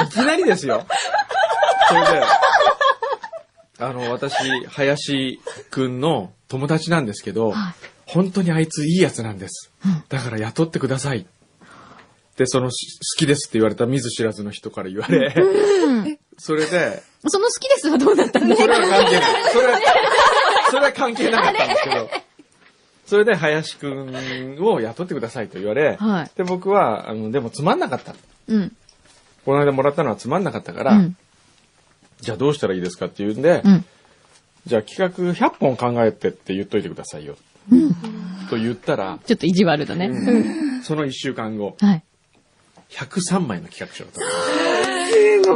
[SPEAKER 2] あいきなりですよ。それで、あの、私、林くんの友達なんですけど、本当にあいついいやつなんです。だから雇ってください。で、その、し好きですって言われた見ず知らずの人から言われ、それで、
[SPEAKER 1] その好きですはどうだったんだ
[SPEAKER 2] それは関係ない。それは、それは関係なかったんですけど。それで、林くんを雇ってくださいと言われ、
[SPEAKER 1] はい
[SPEAKER 2] で、僕は、あの、でもつまんなかった。
[SPEAKER 1] うん。
[SPEAKER 2] この間もらったのはつまんなかったから、
[SPEAKER 1] うん。
[SPEAKER 2] じゃあどうしたらいいですかって言うんで、
[SPEAKER 1] うん。
[SPEAKER 2] じゃあ企画100本考えてって言っといてくださいよ。と言ったら、
[SPEAKER 1] ちょっと意地悪だね。
[SPEAKER 2] その1週間後、
[SPEAKER 1] はい。
[SPEAKER 2] 103枚の企画書が取れた。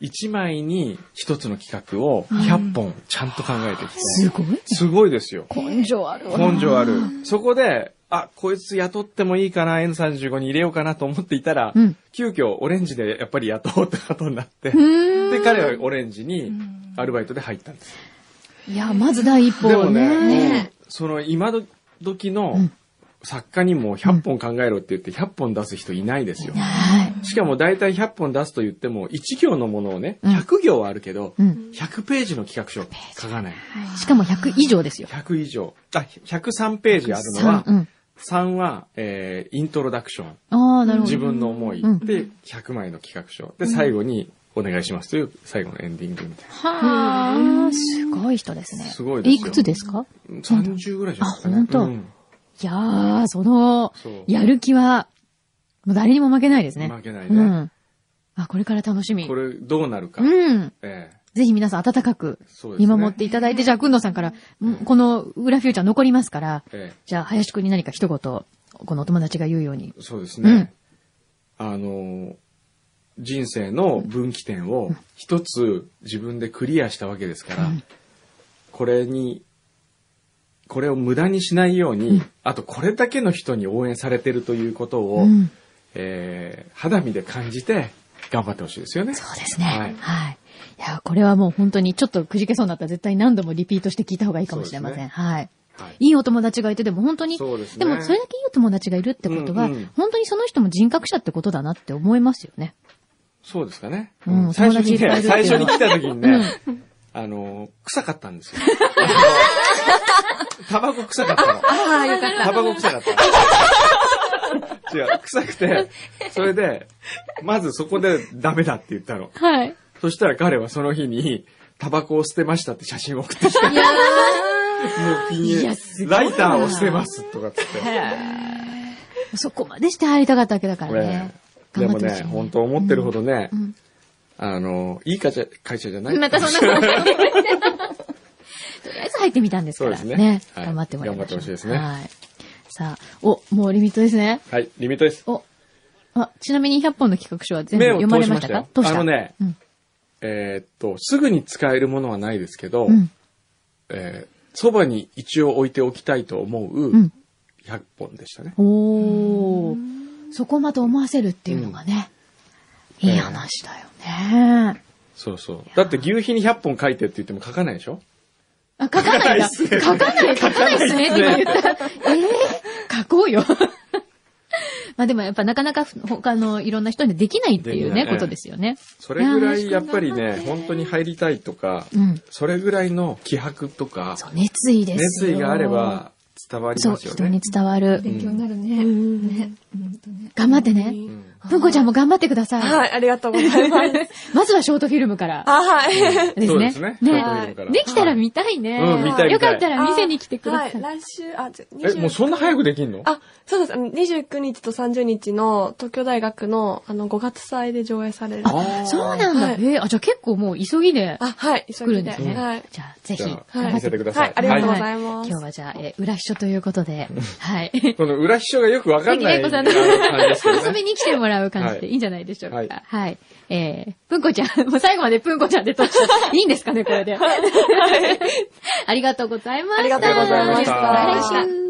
[SPEAKER 2] 1枚に1つの企画を100本ちゃんと考えてきて。
[SPEAKER 1] すごい。
[SPEAKER 2] すごいですよ。
[SPEAKER 1] 根性あるわ。
[SPEAKER 2] 根性ある。そこで、あ、こいつ雇ってもいいかな、N35 に入れようかなと思っていたら、
[SPEAKER 1] うん
[SPEAKER 2] 急遽オレンジでやっぱり雇おうってことになって、
[SPEAKER 1] ー
[SPEAKER 2] で、彼はオレンジにアルバイトで入ったんです。
[SPEAKER 1] いや、まず第一歩
[SPEAKER 2] でも
[SPEAKER 1] を
[SPEAKER 2] ね、
[SPEAKER 1] ね。
[SPEAKER 2] その今時の作家にも100本考えろって言って100本出す人いないですよ。
[SPEAKER 1] はい。
[SPEAKER 2] しかも大体100本出すと言っても、1行のものをね、100行はあるけど、
[SPEAKER 1] うん
[SPEAKER 2] 100ページの企画書書かない。
[SPEAKER 1] しかも100以上ですよ。
[SPEAKER 2] 100以上。あ、103ページあるの
[SPEAKER 1] 三
[SPEAKER 2] は、
[SPEAKER 1] うん。
[SPEAKER 2] 3は、えーイントロダクション。
[SPEAKER 1] ああ、なるほど。
[SPEAKER 2] 自分の思い。
[SPEAKER 1] うん
[SPEAKER 2] で、100枚の企画書。で、最後に、お願いしますという最後のエンディングみたい
[SPEAKER 1] は
[SPEAKER 2] な。
[SPEAKER 1] あ、すごい人ですね。
[SPEAKER 2] すごいですよ
[SPEAKER 1] いくつですか
[SPEAKER 2] 30ぐらいじゃないですかね。
[SPEAKER 1] あ本当
[SPEAKER 2] うん
[SPEAKER 1] いやー、その
[SPEAKER 2] そう、
[SPEAKER 1] やる気は、もう誰にも負けないですね。
[SPEAKER 2] 負けないうね
[SPEAKER 1] ん。あ、これから楽しみ
[SPEAKER 2] こ。れ、どうなるか。
[SPEAKER 1] うん。
[SPEAKER 2] ええ
[SPEAKER 1] ぜひ皆さん温かく
[SPEAKER 2] そうです
[SPEAKER 1] 見
[SPEAKER 2] ね
[SPEAKER 1] 守っていただいて、じゃあ、くんのさんから、うんこの裏フューチャー残りますから、
[SPEAKER 2] え
[SPEAKER 1] じゃあ、林くんに何か一言、このお友達が言うように。
[SPEAKER 2] えそうですね。あのー、人生の分岐点を一つ自分でクリアしたわけですから、これに、これを無駄にしないように、あとこれだけの人に応援されてるということを、
[SPEAKER 1] うん。
[SPEAKER 2] えー肌身で感じて頑張ってほしいですよね。
[SPEAKER 1] そうですね。
[SPEAKER 2] はい
[SPEAKER 1] はい。いや、これはもう本当にちょっとくじけそうになったら絶対何度もリピートして聞いた方がいいかもしれません。
[SPEAKER 2] そうですね
[SPEAKER 1] はい。
[SPEAKER 2] はい
[SPEAKER 1] いいお友達がいて、でも本当に、
[SPEAKER 2] そうですね
[SPEAKER 1] もそれだけいいお友達がいるってことは、
[SPEAKER 2] うんうん
[SPEAKER 1] 本当にその人も人格者ってことだなって思いますよね。
[SPEAKER 2] そうですかね。
[SPEAKER 1] うん
[SPEAKER 2] 最初に
[SPEAKER 1] 友達い
[SPEAKER 2] ね、
[SPEAKER 1] っぱい
[SPEAKER 2] 最
[SPEAKER 1] いる
[SPEAKER 2] 初
[SPEAKER 1] っていう
[SPEAKER 2] に
[SPEAKER 1] のは
[SPEAKER 2] 来た時にね、あの、臭かったん ですよ。タバコ臭かったの。
[SPEAKER 4] ああ、よかっ
[SPEAKER 2] タバコ臭かったの。違う、臭くて、それで、まずそこでダメだって言ったの。
[SPEAKER 1] はい。
[SPEAKER 2] そしたら彼はその日に、タバコを捨てましたって写真を送ってきて、もうピン
[SPEAKER 1] い
[SPEAKER 2] エ
[SPEAKER 1] やすごいな
[SPEAKER 2] ライターを捨てますとかっつって。
[SPEAKER 1] そこまでして入りたかったわけだか
[SPEAKER 2] こ
[SPEAKER 1] ら
[SPEAKER 2] れ
[SPEAKER 1] ね。、
[SPEAKER 2] で
[SPEAKER 1] 頑張
[SPEAKER 2] も
[SPEAKER 1] ってほしい
[SPEAKER 2] ね、本当思ってるほどね
[SPEAKER 1] ん、
[SPEAKER 2] あの、いい会社、会社じゃない
[SPEAKER 1] またそんなことないとりあえず入ってみたんですから。
[SPEAKER 2] そうですねはい
[SPEAKER 1] 頑張ってもらいましょう。
[SPEAKER 2] 頑張ってほしいですね
[SPEAKER 1] はい。さあ、お、もうリミットですね。
[SPEAKER 2] はい、リミットです。
[SPEAKER 1] お、あ、ちなみに100本の企画書は全部読まれましたか
[SPEAKER 2] 目を通しま
[SPEAKER 1] 通
[SPEAKER 2] したよ
[SPEAKER 1] した
[SPEAKER 2] あのね
[SPEAKER 1] うん。
[SPEAKER 2] えーっと、すぐに使えるものはないですけど、
[SPEAKER 1] うん。
[SPEAKER 2] えーそばに一応置いておきたいと思う
[SPEAKER 1] うん
[SPEAKER 2] 100本でしたね。
[SPEAKER 1] おー。そこまで思わせるっていうのがね、
[SPEAKER 2] うん
[SPEAKER 1] いい話だよね。
[SPEAKER 2] そうそう。だって牛皮に100本書いてって言っても書かないでしょ
[SPEAKER 1] あ、書かないんだ。書かない、書かないですねって言った。えー、書こうよ。 まあでもやっぱなかなか他のいろんな人にできないっていう
[SPEAKER 2] で
[SPEAKER 1] ね、
[SPEAKER 2] きない
[SPEAKER 1] ことですよね。
[SPEAKER 2] それぐら
[SPEAKER 1] い
[SPEAKER 2] い
[SPEAKER 1] や
[SPEAKER 2] やっぱりね、本当に入りたいとか、
[SPEAKER 1] うん
[SPEAKER 2] それぐらいの気迫とか、
[SPEAKER 1] そう、熱意です
[SPEAKER 2] 熱
[SPEAKER 1] よ。
[SPEAKER 2] 意があれば伝わり
[SPEAKER 1] そう、
[SPEAKER 2] ますよ
[SPEAKER 1] 人
[SPEAKER 2] ね
[SPEAKER 1] に。伝わる
[SPEAKER 4] た。。勉強になるね。ね。本当ね。
[SPEAKER 1] 頑張ってね。
[SPEAKER 2] うん
[SPEAKER 1] 文子ちゃんも頑張ってください。
[SPEAKER 5] はい、ありがとうございます。
[SPEAKER 1] まずはショートフィルムから
[SPEAKER 5] あ、はい。
[SPEAKER 1] で
[SPEAKER 2] そ
[SPEAKER 1] す
[SPEAKER 2] うで
[SPEAKER 1] ね
[SPEAKER 2] すね。。ちょっと見る
[SPEAKER 1] ね
[SPEAKER 2] から
[SPEAKER 1] できたら見たいね。
[SPEAKER 2] うん見たい
[SPEAKER 1] よ
[SPEAKER 2] 見た
[SPEAKER 1] か
[SPEAKER 2] い
[SPEAKER 1] ったら見せに来てください。
[SPEAKER 5] はい、来週、あ、じゃ
[SPEAKER 2] え、もうそんな早くできんの
[SPEAKER 5] あ、そうです。あの29日と30日の東京大学のあの5月祭で上映される。あ、
[SPEAKER 2] あー
[SPEAKER 1] そうなんだ。
[SPEAKER 5] はい
[SPEAKER 1] えーあ、じゃあ結構もう急ぎで
[SPEAKER 5] はい、急
[SPEAKER 1] 作る
[SPEAKER 5] ぎ
[SPEAKER 1] ん
[SPEAKER 5] で。
[SPEAKER 1] ですね。
[SPEAKER 5] はい。
[SPEAKER 1] じゃあぜひ。
[SPEAKER 2] じゃあ
[SPEAKER 1] 頑張っ
[SPEAKER 2] 見せてください
[SPEAKER 5] はいありがとうございます
[SPEAKER 1] 今日はじゃあ、えー、裏秘書ということで、はい。
[SPEAKER 2] この裏秘書がよくわかんない
[SPEAKER 1] 関根子さんの
[SPEAKER 2] 感じですけど
[SPEAKER 1] 遊
[SPEAKER 2] ね
[SPEAKER 1] び。に来てもらう感じで
[SPEAKER 2] はい
[SPEAKER 1] いんじゃないでしょうか。は
[SPEAKER 2] はいい。
[SPEAKER 1] えー、ぷんこちゃん、もう 最後までぷんこちゃんで撮っちゃう。いい んですかね、これで。ありがとうございました。
[SPEAKER 5] ありがとうございました
[SPEAKER 1] また来週。